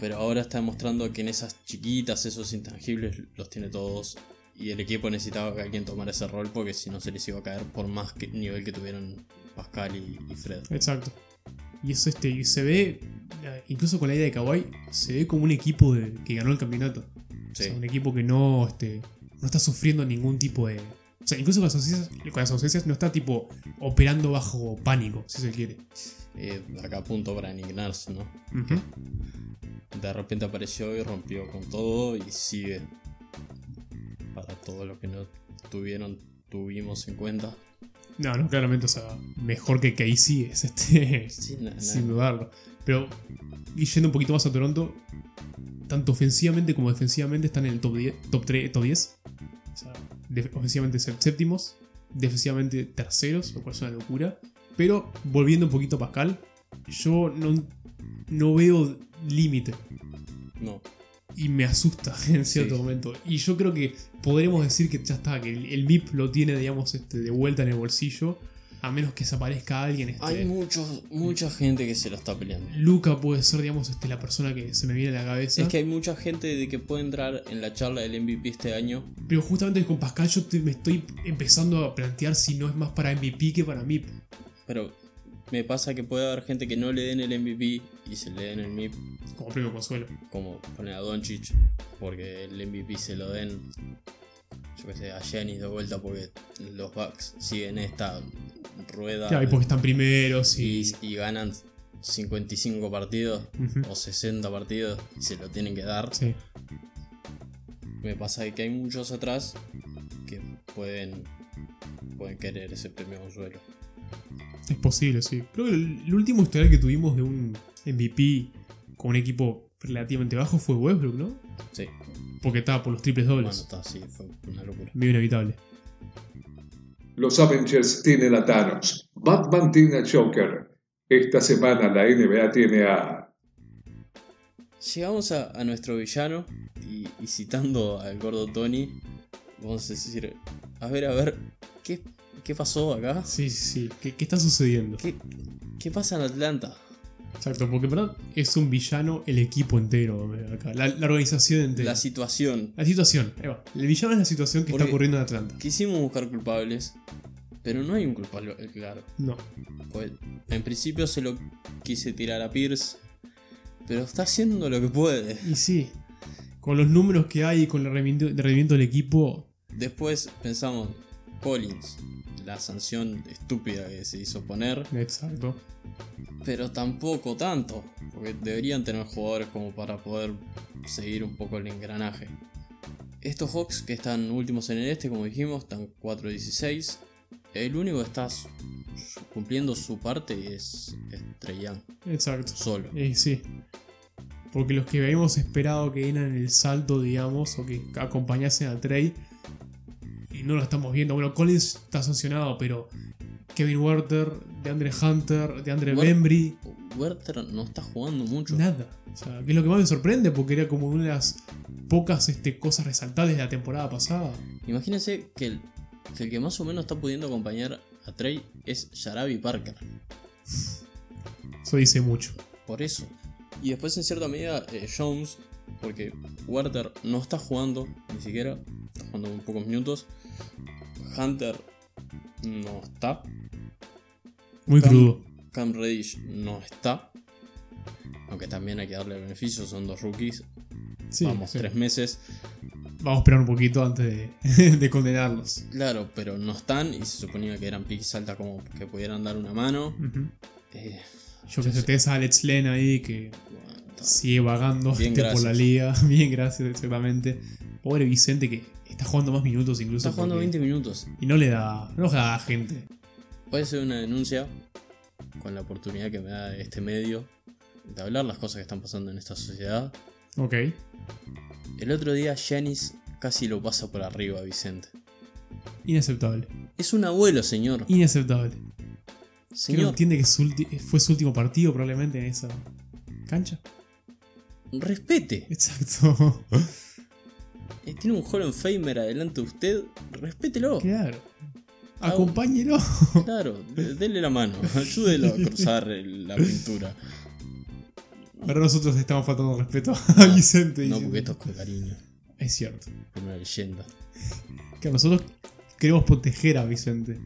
Pero ahora está demostrando que en esas chiquitas, esos intangibles, los tiene todos. Y el equipo necesitaba que alguien tomara ese rol porque si no se les iba a caer por más que, nivel que tuvieran Pascal y, y Fred. Exacto. Y eso este, y se ve, eh, incluso con la idea de Kawhi, se ve como un equipo de- que ganó el campeonato. O Sí. sea, un equipo que no, este, no está sufriendo ningún tipo de. O sea, incluso con las ausencias, con las ausencias no está tipo operando bajo pánico, si se quiere. Eh, acá punto para indignarse, ¿no? De repente apareció y rompió con todo y sigue. Para todo lo que no tuvieron, tuvimos en cuenta. No, no, claramente, o sea, mejor que Casey es este, no, no. sin dudarlo. Pero, y yendo un poquito más a Toronto, tanto ofensivamente como defensivamente están en el top 10. Top 3, top 10. O sea, def- ofensivamente sé- séptimos, defensivamente terceros, lo cual es una locura. Pero, volviendo un poquito a Pascal, yo no, no veo límite No. y me asusta en cierto Sí. momento. Y yo creo que podremos decir que ya está, que el, el MIP lo tiene, digamos, este, de vuelta en el bolsillo, a menos que desaparezca alguien. Este, Hay muchos, mucha gente que se lo está peleando. Luca puede ser, digamos, este, la persona que se me viene a la cabeza. Es que hay mucha gente de que puede entrar en la charla del MVP este año. Pero justamente con Pascal yo te- me estoy empezando a plantear si no es más para MVP que para MIP. Pero me pasa que puede haber gente que no le den el MVP y se le den el MIP Como premio consuelo. como poner a Doncic porque el MVP se lo den yo qué sé a Giannis de vuelta porque los Bucks siguen esta rueda Claro, y porque están primeros y... y, y ganan 55 partidos Ujú. o 60 partidos y se lo tienen que dar Sí. me pasa que hay muchos atrás que pueden pueden querer ese premio consuelo Es posible, sí. Creo que el, el último historial que tuvimos de un MVP con un equipo relativamente bajo fue Westbrook, ¿no? sí Porque estaba por los triples dobles. bueno está sí fue una locura Medio inevitable. Los Avengers tienen a Thanos. Batman tiene a Joker. Esta semana la NBA tiene a. Llegamos a, a nuestro villano y, y citando al gordo Tony, vamos a decir, a ver, a ver, ¿qué, qué pasó acá? Sí, sí, sí. ¿Qué, qué está sucediendo? ¿Qué, qué pasa en Atlanta? Exacto, porque en verdad es un villano el equipo entero eh, acá. La, la organización entera. La La, situación. situación. ahí va. El villano es la situación que está Porque- ocurriendo en Atlanta. Quisimos buscar culpables, pero no hay un culpable eh, claro. No. Pues, en principio se lo quise tirar a Pierce, pero está haciendo lo que puede. Y sí. Con los números que hay y con el rendimiento, el rendimiento del equipo. Después pensamos, Collins, la sanción estúpida que se hizo poner. Exacto. pero tampoco tanto, porque deberían tener jugadores como para poder seguir un poco el engranaje. Estos Hawks que están últimos en el este, como dijimos, están 4-16. El único que está su- cumpliendo su parte es, es Trae Young, Exacto. solo. Eh, sí. Porque los que habíamos esperado que dieran el salto, digamos, o que acompañasen a Trey, y no lo estamos viendo. Bueno, Collins está sancionado, pero Kevin Werther, DeAndre Hunter, DeAndre Bueno. Bembry, Werther no está jugando mucho. nada. O sea, que es lo que más me sorprende, porque era como una de las pocas este, cosas resaltadas de la temporada pasada. Imagínense que el, que el que más o menos está pudiendo acompañar a Trey es Yarabi Parker. Eso dice mucho. Por eso. Y después en cierta medida eh, Jones, porque Werther no está jugando, ni siquiera, está jugando en pocos minutos. Hunter no está. Muy Cam- crudo. Cam Reddish no está. Aunque también hay que darle beneficios, son dos rookies. Sí, Vamos, sí. tres meses. Vamos a esperar un poquito antes de, de condenarlos. Claro, pero no están y se suponía que eran picks altas como que pudieran dar una mano. Ujú. Eh, Yo que sé, tenés a Alex Len ahí que bueno, está- sigue vagando Bien, este, por la gracias. liga. Bien, gracias, exactamente. Pobre Vicente que está jugando más minutos incluso. está jugando porque- 20 minutos. Y no le da. No le da gente. Puede ser una denuncia con la oportunidad que me da este medio de hablar las cosas que están pasando en esta sociedad. Ok. El otro día Janis casi lo pasa por arriba a Vicente. Inaceptable. Es un abuelo, señor. Inaceptable. Que no Señor, entiende que su ulti- fue su último partido probablemente en esa cancha. respete. Exacto. Eh, Tiene un Hall of Famer adelante de usted. Respételo. claro. Ah, Acompáñelo. Claro, de- denle la mano. Ayúdelo a cruzar el- la pintura. Ahora nosotros le estamos faltando respeto a Vicente. No, diciendo- porque esto es con cariño. Es cierto. Con una leyenda. Que nosotros queremos proteger a Vicente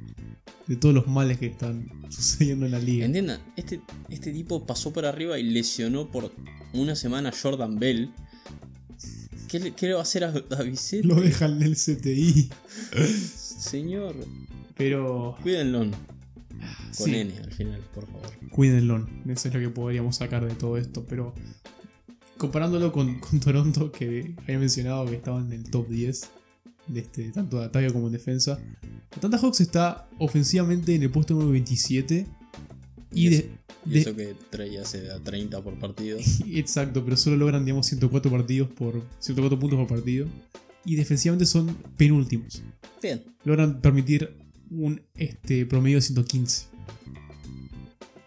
de todos los males que están sucediendo en la liga. Entiendan, este, este tipo pasó por arriba y lesionó por una semana a Jordan Bell. ¿Qué le, qué le va a hacer a, a Vicente? Lo dejan en el CTI. Señor, Pero. cuídenlo. Con sí, N al final, por favor. cuídenlo. Eso es lo que podríamos sacar de todo esto. Pero. Comparándolo con, con Toronto, que había mencionado que estaba en el top 10. de este, tanto de ataque como en defensa. Atlanta Hawks está ofensivamente en el puesto número 27. Y, Y de- eso- Y de- eso que Trey hace a 30 por partido. Exacto, pero solo logran, digamos, 104 partidos por. 104 puntos por partido. Y defensivamente son penúltimos. Bien. Logran permitir un este, promedio de 115.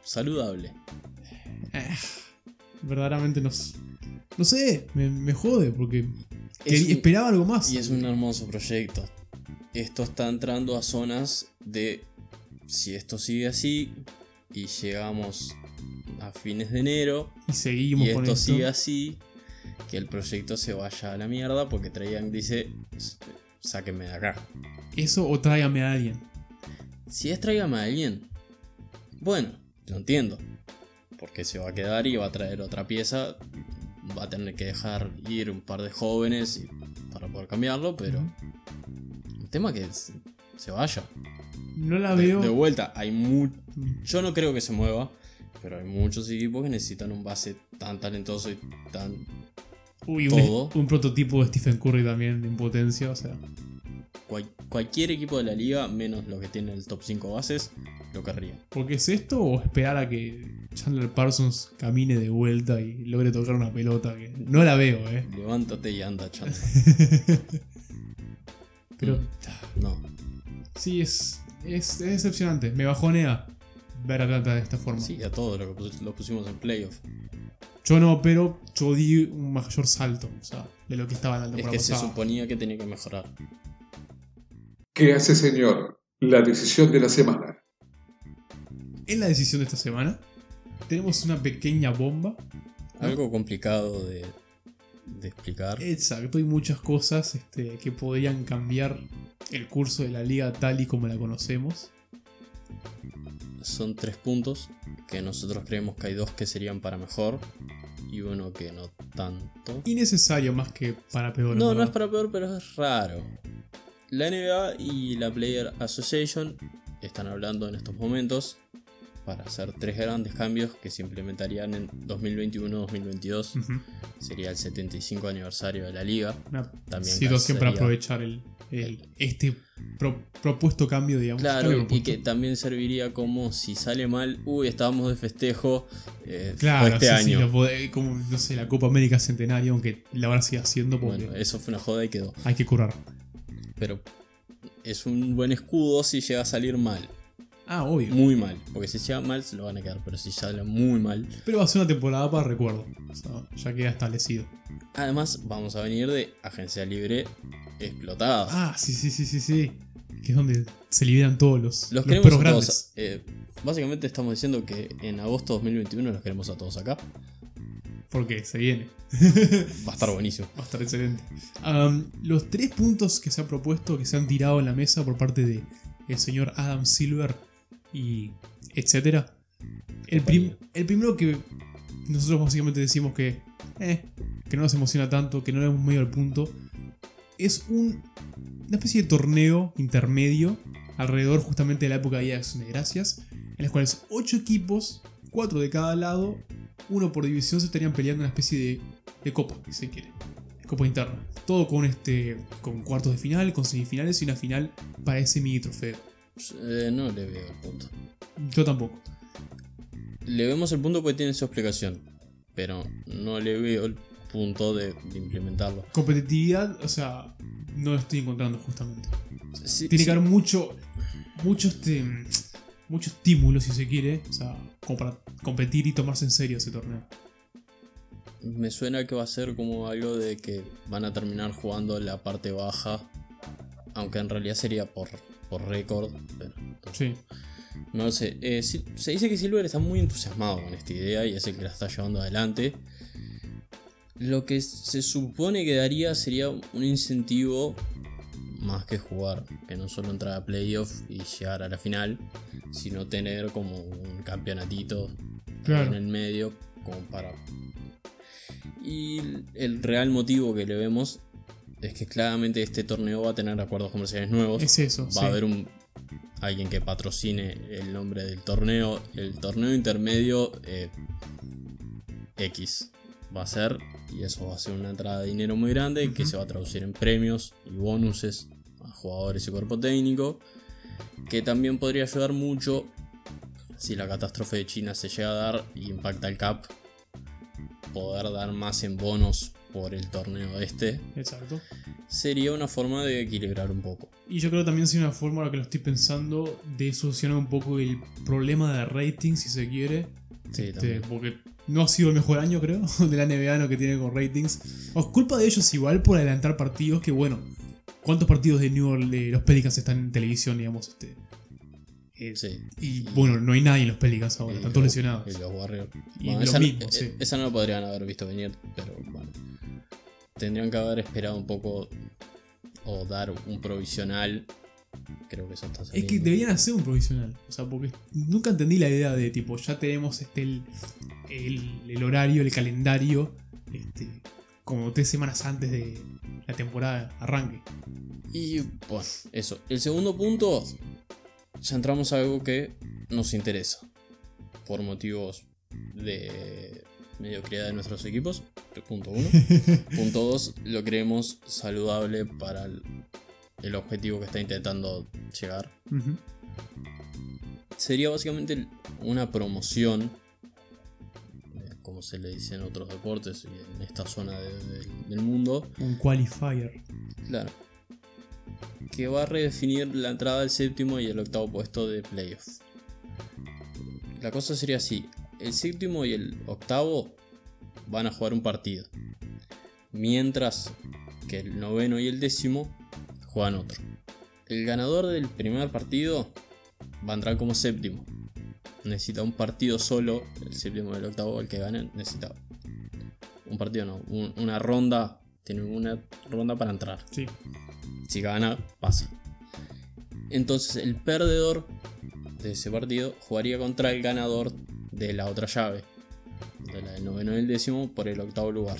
Saludable. Eh, verdaderamente nos. No sé, me, me jode, porque Es quería- un- esperaba algo más. Y es un hermoso proyecto. Esto está entrando a zonas de si esto sigue así y llegamos a fines de enero Y seguimos y con esto esto. sigue así, que el proyecto se vaya a la mierda porque Trajan dice, "S- sáquenme de acá. Eso o tráigame a alguien. Si es tráigame a alguien, bueno, lo entiendo. Porque se va a quedar y va a traer otra pieza. Va a tener que dejar ir un par de jóvenes y- para poder cambiarlo, pero... El tema que es- se vaya. No la De, veo. de vuelta, hay mu Yo no creo que se mueva, pero hay muchos equipos que necesitan un base tan talentoso y tan. Uy, un, todo. un prototipo de Stephen Curry también en potencia, o sea. cual- cualquier equipo de la liga, menos los que tienen el top 5 bases, lo querría. ¿Porque es esto o esperar a que Chandler Parsons camine de vuelta y logre tocar una pelota? Que no la veo, eh. Levántate y anda, chanta. Pero Mm. No. sí, es, es, es decepcionante. Me bajonea ver a Atlanta de esta forma. Sí, a todos lo que pus- lo pusimos en playoff. Yo no, pero yo di un mayor salto, o sea, de lo que estaba en la Es temporada que se pasada. suponía que tenía que mejorar. ¿Qué hace señor? La decisión de la semana. En la decisión de esta semana, tenemos una pequeña bomba. Algo complicado de, de explicar. Eh. Exacto, hay muchas cosas este, que podrían cambiar el curso de la liga tal y como la conocemos. Son tres puntos que nosotros creemos que hay dos que serían para mejor y uno que no tanto. Innecesario más que para peor. No, ¿verdad? no es para peor, pero es raro. La NBA y la Player Association están hablando en estos momentos para hacer tres grandes cambios que se implementarían en 2021-2022. Ujú. Sería el 75 aniversario de la liga. Una También situación para sería- aprovechar el, el- este pro- propuesto cambio, digamos. Claro, cambio y propuesto. que también serviría como si sale mal, uy, estábamos de festejo eh, fue Claro, este sí, sí, año. lo podés- como, no sé, la Copa América Centenario, aunque la van a seguir haciendo porque Bueno, eh. eso fue una joda y quedó. hay que curar. Pero es un buen escudo si llega a salir mal. Ah, obvio. Muy mal. Porque si llega mal se lo van a quedar. Pero si sale muy mal. Pero va a ser una temporada para recuerdo. O sea, ya queda establecido. Además, vamos a venir de agencia libre explotada. Ah, sí, sí, sí, sí, sí. Que es donde se liberan todos los, los los queremos perros a grandes. todos. eh, básicamente estamos diciendo que en agosto 2021 los queremos a todos acá. Porque se viene. Va a estar buenísimo. Va a estar excelente. Am, los tres puntos que se han propuesto, que se han tirado en la mesa por parte de el señor Adam Silver y etcétera. El, prim- el primero que nosotros básicamente decimos que eh, que no nos emociona tanto, que no le hemos medio al punto, es un- una especie de torneo intermedio alrededor justamente de la época de Día de Acción de Gracias, en las cuales ocho equipos, cuatro de cada lado, uno por división, se estarían peleando una especie de, de copa, si se quiere. Copa interna. Todo con este. con cuartos de final, con semifinales y una final para ese mini trofeo. Eh, no le veo el punto. Yo tampoco. Le vemos el punto porque tiene su explicación. Pero no le veo el punto de, de implementarlo. Competitividad, o sea, no lo estoy encontrando justamente. Sí, Tiene sí, que haber mucho. mucho este. mucho estímulo, si se quiere. O sea, como para competir y tomarse en serio ese torneo. Me suena que va a ser como algo de que van a terminar jugando la parte baja. Aunque en realidad sería por, por récord. pero- Sí. No lo sé. Eh, sí- se dice que Silver está muy entusiasmado con esta idea y es el que la está llevando adelante. Lo que se supone que daría sería un incentivo más que jugar, que no solo entrar a playoff y llegar a la final, sino tener como un campeonatito en Claro. el medio como para... Y el real motivo que le vemos es que claramente este torneo va a tener acuerdos comerciales nuevos Es eso. va sí. a haber un alguien que patrocine el nombre del torneo, el torneo intermedio eh, X. va a ser, y eso va a ser una entrada de dinero muy grande que Ujú. se va a traducir en premios y bonuses a jugadores y cuerpo técnico, que también podría ayudar mucho si la catástrofe de China se llega a dar y impacta el CAP, poder dar más en bonos por el torneo este, Exacto. sería una forma de equilibrar un poco. Y yo creo también es una forma ahora que lo estoy pensando de solucionar un poco el problema de rating, si se quiere. Sí, Este, también. porque no ha sido el mejor año, creo, de la NBA en lo que tiene con ratings. O es culpa de ellos igual por adelantar partidos que, bueno, ¿cuántos partidos de New Orleans, de los Pelicans están en televisión, digamos? Este, eh, Sí. Y bueno, no hay nadie en los Pelicans ahora, Y están los- todos lesionados. Y los Warriors. Y Bueno, lo esa, mismo, eh, sí. esa no la podrían haber visto venir, pero bueno. Tendrían que haber esperado un poco o dar un provisional. Creo que eso está Es saliendo. que deberían hacer un provisional. O sea, porque nunca entendí la idea de tipo, ya tenemos este el, el- el horario, el calendario, este, como tres semanas antes de la temporada arranque. Y bueno, eso. El segundo punto, ya entramos a algo que nos interesa. Por motivos de mediocridad de nuestros equipos. Punto uno. Punto 2, lo creemos saludable para el, el objetivo que está intentando llegar. Ujú. Sería básicamente una promoción, eh, como se le dice en otros deportes y en esta zona de- de- del mundo, Un qualifier. claro, que va a redefinir la entrada del séptimo y el octavo puesto de playoff. La cosa sería así, el séptimo y el octavo van a jugar un partido, mientras que el noveno y el décimo juegan otro. El ganador del primer partido va a entrar como séptimo. Necesita un partido solo, el séptimo y el octavo, el que gane, necesita un partido, no, un- una ronda, tiene una ronda para entrar Sí. si gana, pasa. Entonces el perdedor de ese partido jugaría contra el ganador de la otra llave, de la del noveno y el décimo por el octavo lugar.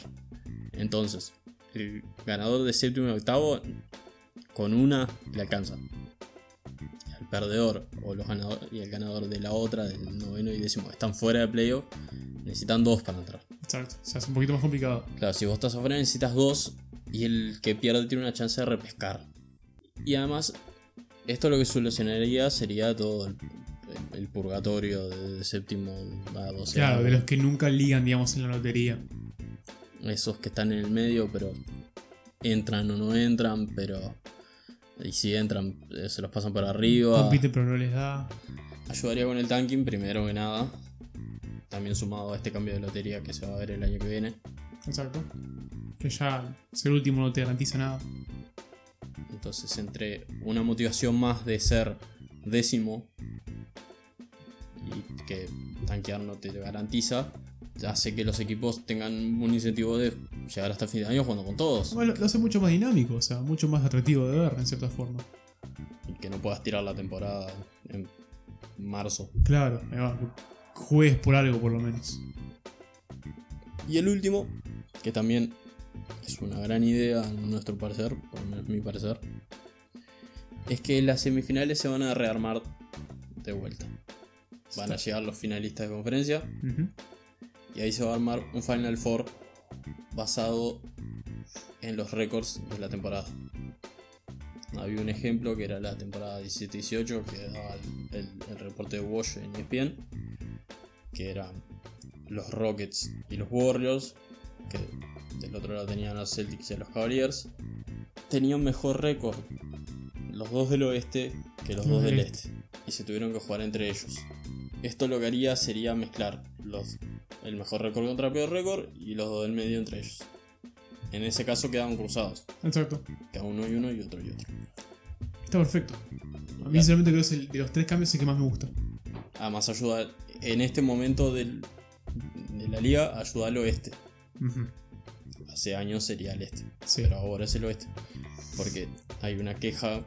Entonces, el ganador de séptimo y octavo con una le alcanza. El perdedor o los ganador- y el ganador de la otra, del noveno y décimo, están fuera de playoff, necesitan dos para entrar. Exacto. O sea, es un poquito más complicado. Claro, si vos estás afuera necesitas dos y el que pierde tiene una chance de repescar. Y además, esto lo que solucionaría sería todo el, el- el purgatorio de, de séptimo a doce. claro, de los que nunca ligan, digamos, en la lotería. Esos que están en el medio, pero entran o no entran, pero... Y si entran, eh, se los pasan por arriba. Compiten, pero no les da. Ayudaría con el tanking, primero que nada. También sumado a este cambio de lotería que se va a ver el año que viene. Exacto. Que ya ser último no te garantiza nada. Entonces, entre una motivación más de ser décimo y que tanquear no te garantiza, hace que los equipos tengan un incentivo de llegar hasta el fin de año jugando con todos. Bueno, lo hace mucho más dinámico, o sea, mucho más atractivo de ver, en cierta forma. Y que no puedas tirar la temporada en marzo. Claro, ahí va, que juegues por algo, por lo menos. Y el último, que también es una gran idea a nuestro parecer, por lo menos mi parecer, es que las semifinales se van a rearmar de vuelta. Van a llegar los finalistas de conferencia. Ujú. Y ahí se va a armar un Final Four basado en los récords de la temporada. Había un ejemplo que era la temporada 17-18 que daba el, el- el reporte de Walsh en E ESPN, que eran los Rockets y los Warriors, que del otro lado tenían a los Celtics y a los Cavaliers, tenían mejor récord los dos del oeste que los dos del este, y se tuvieron que jugar entre ellos. Esto lo que haría sería mezclar los el mejor récord contra el peor récord y los dos del medio entre ellos. En ese caso quedaban cruzados, Exacto. cada uno y uno y otro y otro. Está perfecto. A mí, sinceramente, creo que es el de los tres cambios el que más me gusta. Además Ah, ayuda en este momento del- de la liga ayuda al oeste. Ujú. Hace años sería el este, Sí. pero ahora es el oeste. Porque hay una queja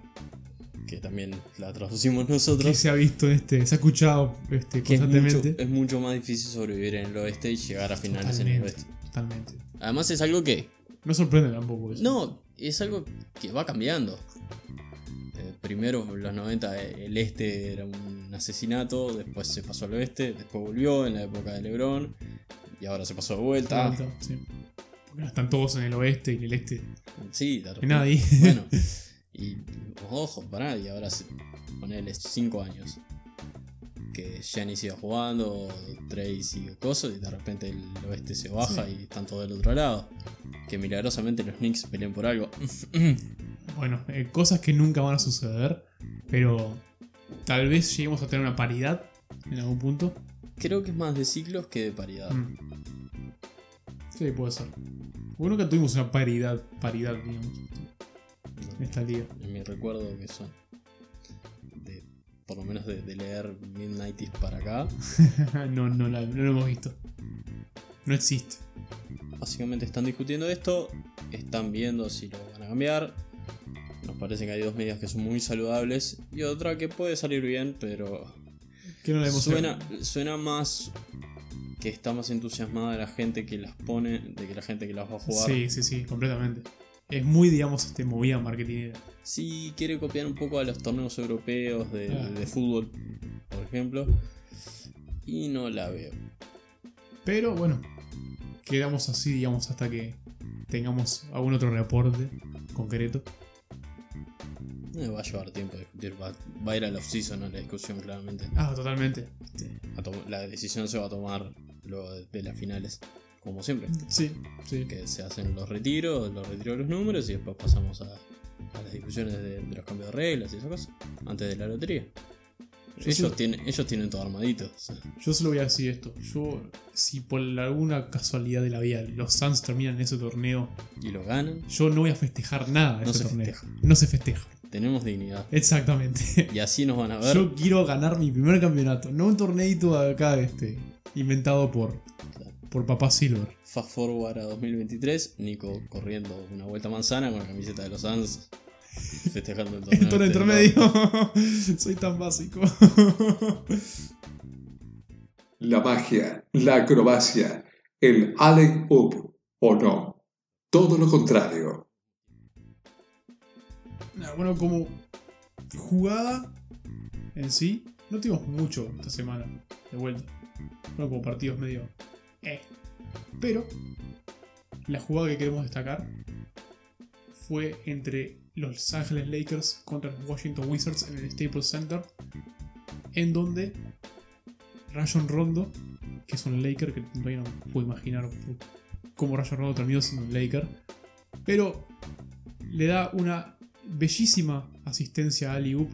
que también la traducimos Que nosotros. se ha visto, este, se ha escuchado este, Que es mucho, constantemente. es mucho más difícil sobrevivir en el oeste y llegar a finales en el oeste. Totalmente. Además es algo que No sorprende tampoco eso. No, es algo que va cambiando. Eh, primero, en los 90, eh, el este era un asesinato, después se pasó al oeste, después volvió en la época de Lebron, y ahora se pasó de Ah, vuelta. Sí. Porque están todos en el oeste y en el este. Sí, de Y nadie. Bueno, y ojo, para y ahora se ponele 5 años. Que Gianni siga jugando, Trey sigue cosas, y de repente el oeste se baja y están todos del otro lado. Que milagrosamente los Knicks pelean por algo. Bueno, eh, cosas que nunca van a suceder, pero tal vez lleguemos a tener una paridad en algún punto. Creo que es más de ciclos que de paridad. Mm. Sí, puede ser. Porque nunca tuvimos una paridad, paridad, digamos, en esta liga. En mi recuerdo que son. De, por lo menos de, de leer Midnighties para acá. no, no, la- no lo hemos visto. No existe. Básicamente están discutiendo esto, están viendo si lo van a cambiar. Nos parece que hay dos medidas que son muy saludables y otra que puede salir bien, pero ¿Qué no le hemos suena, suena más que está más entusiasmada la gente que las pone, de que la gente que las va a jugar. Sí, sí, sí, completamente. Es muy, digamos, este, movida marketinera. Sí, quiere copiar un poco a los torneos europeos de, Ah. de fútbol, por ejemplo, y no la veo. Pero bueno, quedamos así, digamos, hasta que tengamos algún otro reporte concreto. Me Eh, va a llevar tiempo discutir, va, va a ir a la off-season a la discusión claramente. Ah, totalmente. Este, a tom- la decisión se va a tomar luego de, de las finales, como siempre. Sí, sí. Que se hacen los retiros, los retiros de los números y después pasamos a, a las discusiones de, de los cambios de reglas y esas cosas, antes de la lotería. Yo Ellos, sí- tienen, ellos tienen todo armadito. o sea, Yo solo voy a decir esto. Yo, si por alguna casualidad de la vida los Suns terminan ese torneo, y lo ganan. yo no voy a festejar nada de No ese se torneo. festeja. No se festeja. Tenemos dignidad. Exactamente. Y así nos van a ver. Yo quiero ganar mi primer campeonato, no un torneito acá este, inventado por, por Papá Silver. Fast forward a 2023, Nico corriendo una vuelta a manzana con la camiseta de los Suns. Festejando el torneo. El torneo exterior. intermedio. Soy tan básico. la magia, la acrobacia, el Allen Up o no. Todo lo contrario. Nah, bueno, como jugada en sí, no tuvimos mucho esta semana de vuelta. Bueno, como partidos medio. Eh. Pero la jugada que queremos destacar fue entre los Los Angeles Lakers contra los Washington Wizards en el Staples Center, en donde Rayon Rondo, que es un Laker que todavía no puedo imaginar cómo Rayon Rondo terminó siendo un Laker, pero le da una bellísima asistencia a Ali Up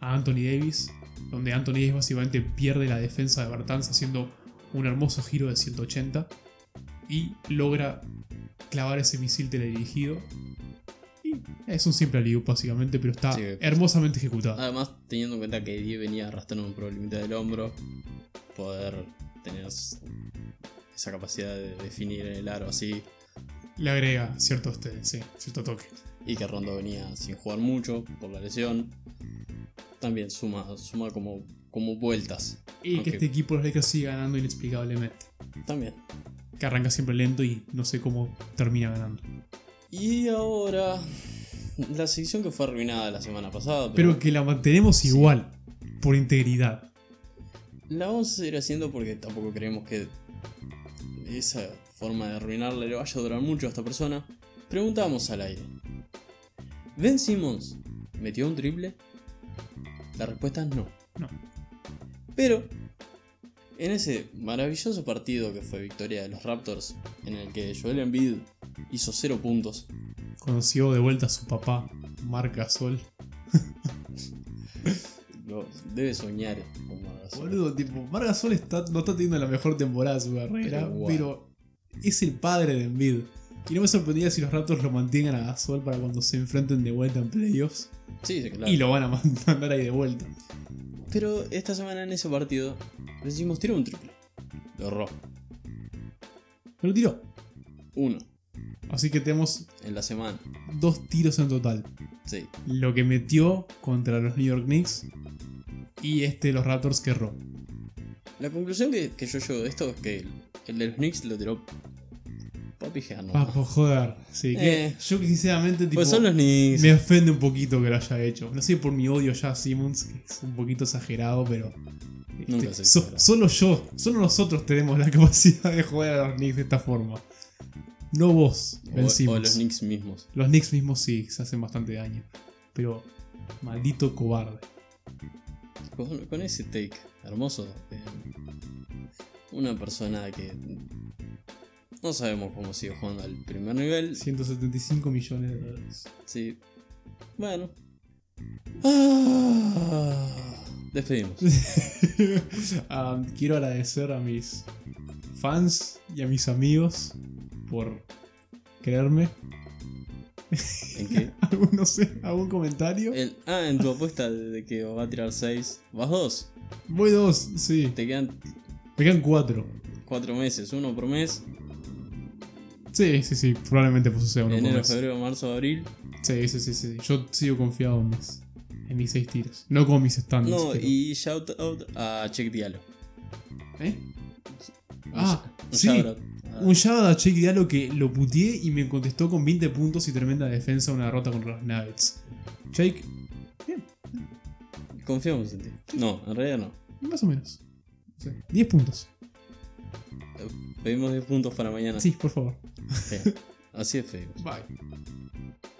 a Anthony Davis, donde Anthony Davis básicamente pierde la defensa de Bertans haciendo un hermoso giro de 180 y logra clavar ese misil teledirigido. Y es un simple Ali Up básicamente, pero está Sí. hermosamente ejecutado. Además, teniendo en cuenta que Die venía arrastrando un problemita del hombro, poder tener s- esa capacidad de definir en el aro así, Le agrega cierto, este, sí, cierto toque. y que Rondo venía sin jugar mucho por la lesión, también suma, suma como, como vueltas. Y Ok. que este equipo de los Lakers sigue ganando inexplicablemente. También. Que arranca siempre lento y no sé cómo termina ganando. Y ahora, la sección que fue arruinada la semana pasada, Pero que la mantenemos igual, por integridad. la vamos a seguir haciendo porque tampoco creemos que esa forma de arruinarle le vaya a durar mucho a esta persona. Preguntamos al aire. ¿Ben Simmons metió un triple? La respuesta es no. No. Pero, en ese maravilloso partido que fue victoria de los Raptors, en el que Joel Embiid hizo 0 puntos, Conoció de vuelta a su papá, Marc Gasol. lo debe soñar como Gasol. Boludo, tipo, Marc Gasol está, no está teniendo la mejor temporada de su carrera, Pero pero, guau. es el padre de Embiid. Y no me sorprendería si los Raptors lo mantengan a Gasol para cuando se enfrenten de vuelta en playoffs. Sí, sí, claro. Y lo van a mandar ahí de vuelta. Pero esta semana en ese partido, decimos tirar un triple. Lo erró. Pero tiró. Uno Así que tenemos en la semana. dos tiros en total. Sí. Lo que metió contra los New York Knicks y este de los Raptors que erró. La conclusión que, que yo llevo de esto es que el, el de los Knicks lo tiró papijear nomás. Papo, joder. Sí, que Eh. yo que sinceramente tipo, Pues son los Knicks. Me ofende un poquito que lo haya hecho. No sé por mi odio ya a Simmons, que es un poquito exagerado, pero este, Nunca se So- sabrá. solo yo, solo nosotros tenemos la capacidad de joder a los Knicks de esta forma. No vos, O- vencimos. O, los Knicks mismos. Los Knicks mismos sí, se hacen bastante daño. Pero, maldito cobarde. Con, con ese take hermoso, eh, una persona que no sabemos cómo sigue jugando al primer nivel, 175 millones de dólares. Sí. Bueno. Ah, despedimos. Am, quiero agradecer a mis fans y a mis amigos por creerme. ¿En qué? ¿Algún, no sé, algún comentario? El- ah, en tu apuesta de que va a tirar 6, vas 2. Voy dos, sí. Te quedan Me quedan cuatro. 4 meses, uno por mes. Sí, sí, sí. Probablemente pues suceda uno por enero, mes. febrero, marzo, abril. Sí, sí, sí, sí. Yo sigo confiado en mis, en mis seis tiros. No con mis stands. No, pero- y shout out a Check Dialo. ¿Eh? Ah, Un sí. shout out a- Un shout a Jake Diallo que lo puteé y me contestó con 20 puntos y tremenda defensa una derrota contra los Nuggets. Jake, Confiamos en ti. No, en realidad no. más o menos. Sí, 10 puntos. Pedimos 10 puntos para mañana. Sí, por favor. Sí, Así es, Fede. Bye.